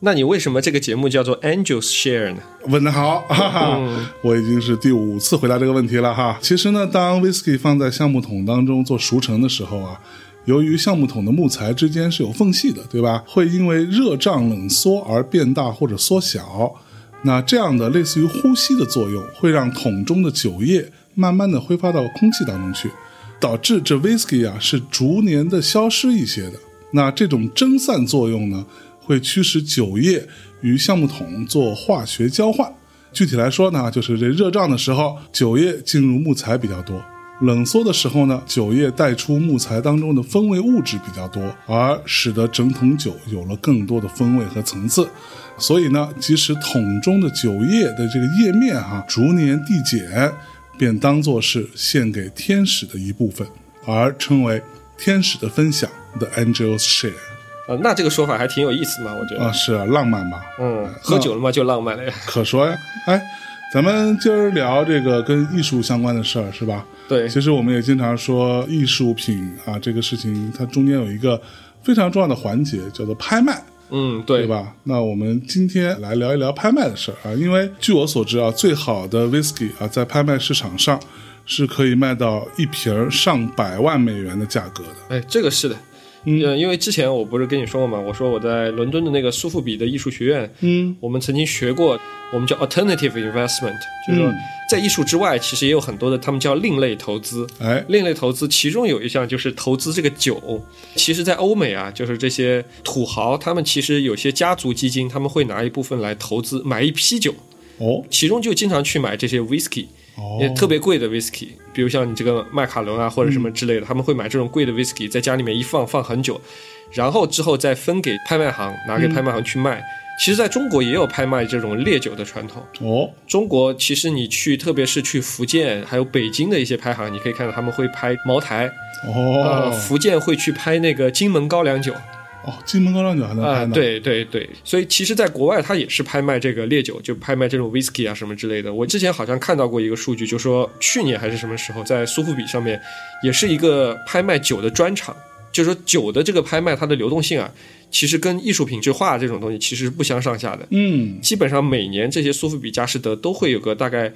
[SPEAKER 2] 那你为什么这个节目叫做 Angels Share 呢？
[SPEAKER 1] 问得好，哈哈，我已经是第五次回答这个问题了哈。其实呢，当 whisky 放在橡木桶当中做熟成的时候啊，由于橡木桶的木材之间是有缝隙的，对吧？会因为热胀冷缩而变大或者缩小。那这样的类似于呼吸的作用，会让桶中的酒液慢慢的挥发到空气当中去，导致这 whisky 啊是逐年的消失一些的。那这种蒸散作用呢，会驱使酒液与橡木桶做化学交换。具体来说呢，就是这热胀的时候，酒液进入木材比较多；冷缩的时候呢，酒液带出木材当中的风味物质比较多，而使得整桶酒有了更多的风味和层次。所以呢，即使桶中的酒液的这个液面哈、逐年递减，便当作是献给天使的一部分，而称为天使的分享 （The Angel's Share）。
[SPEAKER 2] 啊，那这个说法还挺有意思嘛，我觉得。
[SPEAKER 1] 啊，是啊，浪漫吧？
[SPEAKER 2] 嗯，喝酒了嘛就浪漫了呀。
[SPEAKER 1] 可说呀，哎，咱们今儿聊这个跟艺术相关的事儿是吧？
[SPEAKER 2] 对，
[SPEAKER 1] 其实我们也经常说艺术品啊，这个事情它中间有一个非常重要的环节，叫做拍卖，
[SPEAKER 2] 嗯，
[SPEAKER 1] 对
[SPEAKER 2] 对？
[SPEAKER 1] 吧？那我们今天来聊一聊拍卖的事儿啊，因为据我所知啊，最好的 whisky 啊，在拍卖市场上是可以卖到一瓶儿上百万美元的价格的。
[SPEAKER 2] 哎，这个是的。嗯，因为之前我不是跟你说过嘛，我说我在伦敦的那个苏富比的艺术学院，
[SPEAKER 1] 嗯，
[SPEAKER 2] 我们曾经学过，我们叫 alternative investment，就是说
[SPEAKER 1] 嗯
[SPEAKER 2] 在艺术之外，其实也有很多的，他们叫另类投资。
[SPEAKER 1] 哎，
[SPEAKER 2] 另类投资，其中有一项就是投资这个酒。其实，在欧美啊，就是这些土豪，他们其实有些家族基金，他们会拿一部分来投资买一批酒，
[SPEAKER 1] 哦，
[SPEAKER 2] 其中就经常去买这些 whisky，
[SPEAKER 1] 哦
[SPEAKER 2] 也，特别贵的 whisky，比如像你这个麦卡伦啊或者什
[SPEAKER 1] 嗯
[SPEAKER 2] 么之类的，他们会买这种贵的 whisky，在家里面一放放很久，然后之后再分给拍卖行，拿
[SPEAKER 1] 嗯
[SPEAKER 2] 给拍卖行去卖。其实，在中国也有拍卖这种烈酒的传统。
[SPEAKER 1] 哦，
[SPEAKER 2] 中国其实你去，特别是去福建还有北京的一些拍行，你可以看到他们会拍茅台，呃，
[SPEAKER 1] 哦，
[SPEAKER 2] 福建会去拍那个金门高粱酒啊、
[SPEAKER 1] 哦，金门高粱酒还能拍
[SPEAKER 2] 呃
[SPEAKER 1] 呢？，
[SPEAKER 2] 对对对，所以其实，在国外它也是拍卖这个烈酒，就拍卖这种 whisky 啊什么之类的。我之前好像看到过一个数据，就说去年还是什么时候，在苏富比上面也是一个拍卖酒的专场，就是说酒的这个拍卖它的流动性啊，其实跟艺术品质化这种东西其实是不相上下的。
[SPEAKER 1] 嗯，
[SPEAKER 2] 基本上每年这些苏富比、佳士得都会有个大概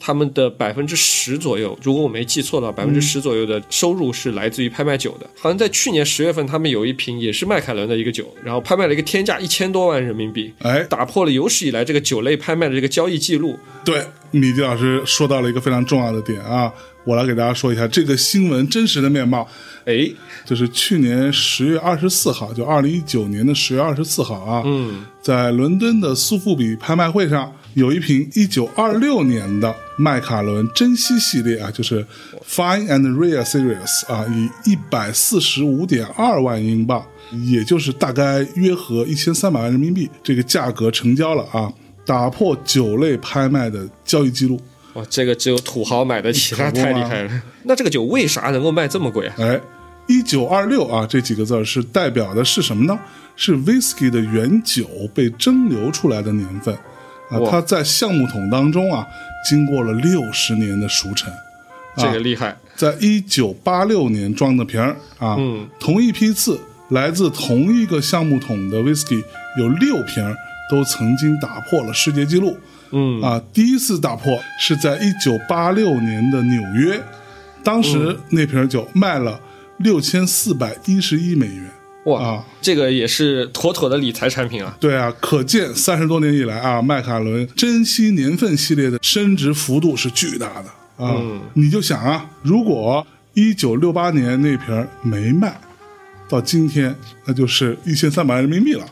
[SPEAKER 2] 他们的百分之十左右，如果我没记错
[SPEAKER 1] 嗯
[SPEAKER 2] 的话，百分之十左右的收入是来自于拍卖酒的。好像在去年十月份，他们有一瓶也是迈凯伦的一个酒，然后拍卖了一个天价一千多万人民币。
[SPEAKER 1] 哎，
[SPEAKER 2] 打破了有史以来这个酒类拍卖的这个交易记录，
[SPEAKER 1] 对，米迪老师说到了一个非常重要的点啊，我来给大家说一下这个新闻真实的面貌。
[SPEAKER 2] 哎，
[SPEAKER 1] 就是去年十月二十四号，就二零一九年的十月二十四号啊，嗯，在伦敦的苏富比拍卖会上，有一瓶一九二六年的麦卡伦珍稀系列啊，就是 Fine and Rare Series 啊，以一百四十五点二万英镑，也就是大概约合一千三百万人民币，这个价格成交了啊，打破酒类拍卖的交易记录。
[SPEAKER 2] 哇，这个只有土豪买得起，那
[SPEAKER 1] 可不啊嘛
[SPEAKER 2] 太厉害了。那这个酒为啥能够卖这么贵啊？
[SPEAKER 1] 哎，一九二六啊，这几个字儿是代表的是什么呢？是 whisky 的原酒被蒸馏出来的年份啊，
[SPEAKER 2] 哇
[SPEAKER 1] 它在橡木桶当中啊，经过了六十年的熟成，
[SPEAKER 2] 这个厉害，
[SPEAKER 1] 在一九八六年装的瓶儿啊，
[SPEAKER 2] 嗯
[SPEAKER 1] 同一批次来自同一个橡木桶的 whisky 有六瓶儿都曾经打破了世界纪录。
[SPEAKER 2] 嗯
[SPEAKER 1] 啊，第一次打破是在一九八六年的纽约，当时那瓶酒卖了六千四百一十一美元。
[SPEAKER 2] 哇，
[SPEAKER 1] 啊
[SPEAKER 2] 这个也是妥妥的理财产品啊。
[SPEAKER 1] 对啊，可见三十多年以来啊，迈凯伦珍稀年份系列的升值幅度是巨大的啊。你就想啊，如果一九六八年那瓶儿没卖，到今天那就是一千三百人民币了。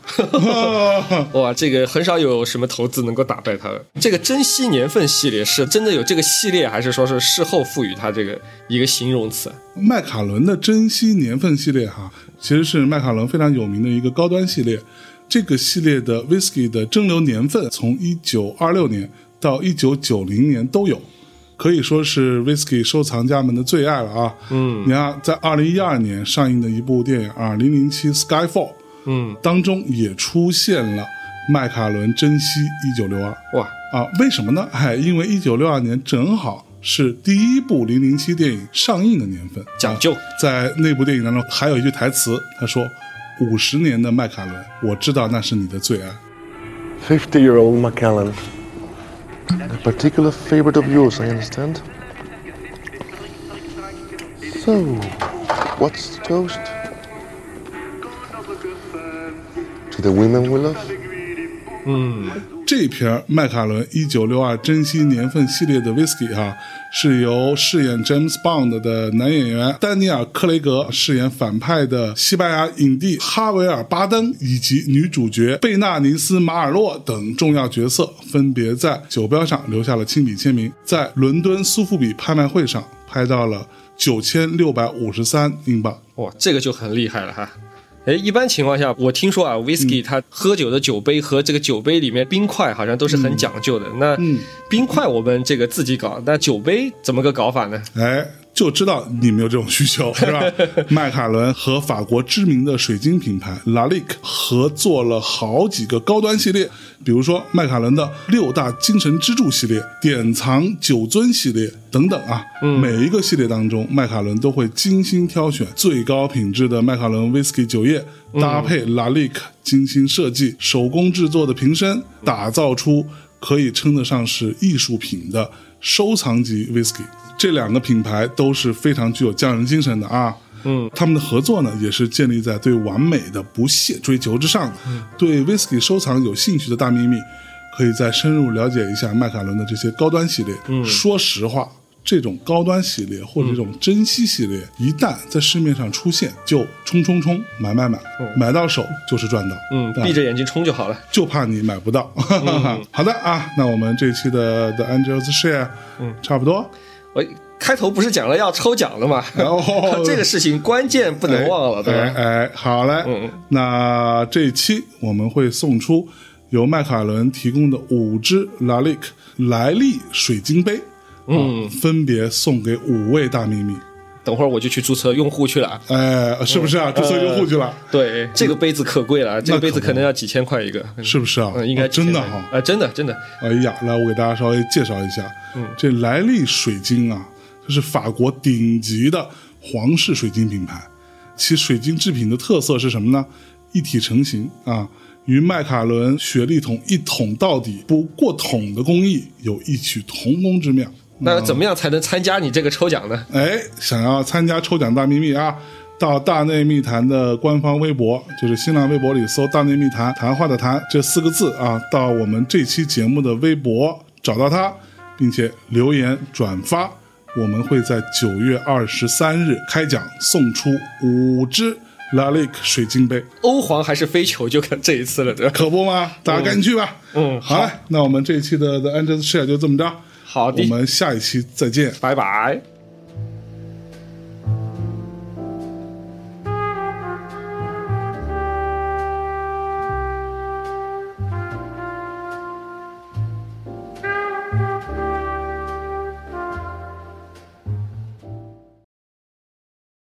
[SPEAKER 1] (laughs)
[SPEAKER 2] 哇，这个很少有什么投资能够打败它的。这个珍惜年份系列是真的有这个系列，还是说是事后赋予它这个一个形容词？
[SPEAKER 1] 迈凯伦的珍稀年份系列哈，其实是迈凯伦非常有名的一个高端系列。这个系列的 whisky 的蒸馏年份从一九二六年到一九九零年都有，可以说是 whisky 收藏家们的最爱了啊。嗯，你看，在二零一二年上映的一部电影啊，《零零七 Skyfall》
[SPEAKER 2] 嗯，
[SPEAKER 1] 当中也出现了迈凯伦珍稀一九六二。
[SPEAKER 2] 哇，
[SPEAKER 1] 啊，为什么呢？哎，因为一九六二年正好是第一部《零零七》电影上映的年份。
[SPEAKER 2] 讲究
[SPEAKER 1] 啊在那部电影当中还有一句台词，他说：“五十年的迈凯伦，我知道那是你的最爱。
[SPEAKER 4] 50 year old McAllen. A particular favorite of yours, I understand. So, what's the toast? To the women we love? ”
[SPEAKER 1] 这瓶迈凯伦一九六二珍稀年份系列的 whisky 哈、是由饰演 James Bond 的男演员丹尼尔·克雷格饰演反派的西班牙影帝哈维尔·巴登以及女主角贝纳尼斯·马尔洛等重要角色分别在酒标上留下了亲笔签名，在伦敦苏富比拍卖会上拍到了九千六百五十三英镑。
[SPEAKER 2] 哇，这个就很厉害了哈。哎，一般情况下，我听说啊，whisky
[SPEAKER 1] 嗯
[SPEAKER 2] 它喝酒的酒杯和这个酒杯里面冰块好像都是
[SPEAKER 1] 嗯
[SPEAKER 2] 很讲究的。那冰块我们这个自己搞，那酒杯怎么个搞法呢？
[SPEAKER 1] 哎，就知道你们有这种需求，是吧？迈凯伦和法国知名的水晶品牌 La l i q 合作了好几个高端系列，比如说迈凯伦的六大精神支柱系列、典藏酒樽系列等等啊。每一个系列当中，迈凯伦都会精心挑选最高品质的迈凯伦 Whisky 酒液，搭配 La l i q 精心设计、手工制作的瓶身，打造出可以称得上是艺术品的收藏级 whisky。这两个品牌都是非常具有匠人精神的啊。嗯，他们的合作呢，也是建立在对完美的不懈追求之上的。
[SPEAKER 2] 嗯
[SPEAKER 1] 对 whisky 收藏有兴趣的大秘密，可以再深入了解一下迈凯伦的这些高端系列。嗯，说实话。这种高端系列或者这种珍稀系列，
[SPEAKER 2] 嗯
[SPEAKER 1] 一旦在市面上出现，就冲冲冲，买买买，买到手就是赚到。
[SPEAKER 2] 嗯，
[SPEAKER 1] 对吧
[SPEAKER 2] 闭着嗯眼睛冲就好了。
[SPEAKER 1] 就怕你买不到。 (laughs) 好的啊，那我们这期的 The Angels Share，嗯，差
[SPEAKER 2] (laughs)
[SPEAKER 1] 不多。
[SPEAKER 2] 我开头不是讲了要抽奖的吗？
[SPEAKER 1] 哦
[SPEAKER 2] (laughs) 这个事情关键不能忘了，对
[SPEAKER 1] 哎
[SPEAKER 2] 吧？
[SPEAKER 1] 哎，好嘞，
[SPEAKER 2] 嗯
[SPEAKER 1] 那这一期我们会送出由迈凯伦提供的五只 La l i q 来历水晶杯，嗯、分别送给五位大秘密。
[SPEAKER 2] 等会儿我就去注册用户去了啊。
[SPEAKER 1] 哎，是不是啊？
[SPEAKER 2] 呃
[SPEAKER 1] 注册用户去了，
[SPEAKER 2] 对，这个杯子可贵了，这个杯子
[SPEAKER 1] 那可不
[SPEAKER 2] 可能要几千块一个，
[SPEAKER 1] 是不是啊？
[SPEAKER 2] 嗯，应该
[SPEAKER 1] 哦
[SPEAKER 2] 几千
[SPEAKER 1] 真的
[SPEAKER 2] 块
[SPEAKER 1] 哈、
[SPEAKER 2] 啊，真的真的，
[SPEAKER 1] 哎呀，来，我给大家稍微介绍一下，这莱利水晶啊，这是法国顶级的皇室水晶品牌，其水晶制品的特色是什么呢？一体成型啊，与迈凯伦雪莉桶一桶到底不过桶的工艺有异曲同工之妙。
[SPEAKER 2] 那怎么样才能参加你这个抽奖呢？
[SPEAKER 1] 哎，想要参加抽奖大秘密啊，到大内密谈的官方微博，就是新浪微博里搜“大内密谈”谈话的谈这四个字啊，到我们这期节目的微博找到它，并且留言转发，我们会在九月二十三日开奖，送出五只 La l i q 水晶杯，
[SPEAKER 2] 欧皇还是非球就看这一次了，对吧？
[SPEAKER 1] 可不嘛，大家赶紧去吧。
[SPEAKER 2] 嗯嗯
[SPEAKER 1] 好嘞，那我们这一期的 The Angels Share 就这么着，
[SPEAKER 2] 好
[SPEAKER 1] 我
[SPEAKER 2] 的，
[SPEAKER 1] 们下一期再见。
[SPEAKER 2] 拜拜。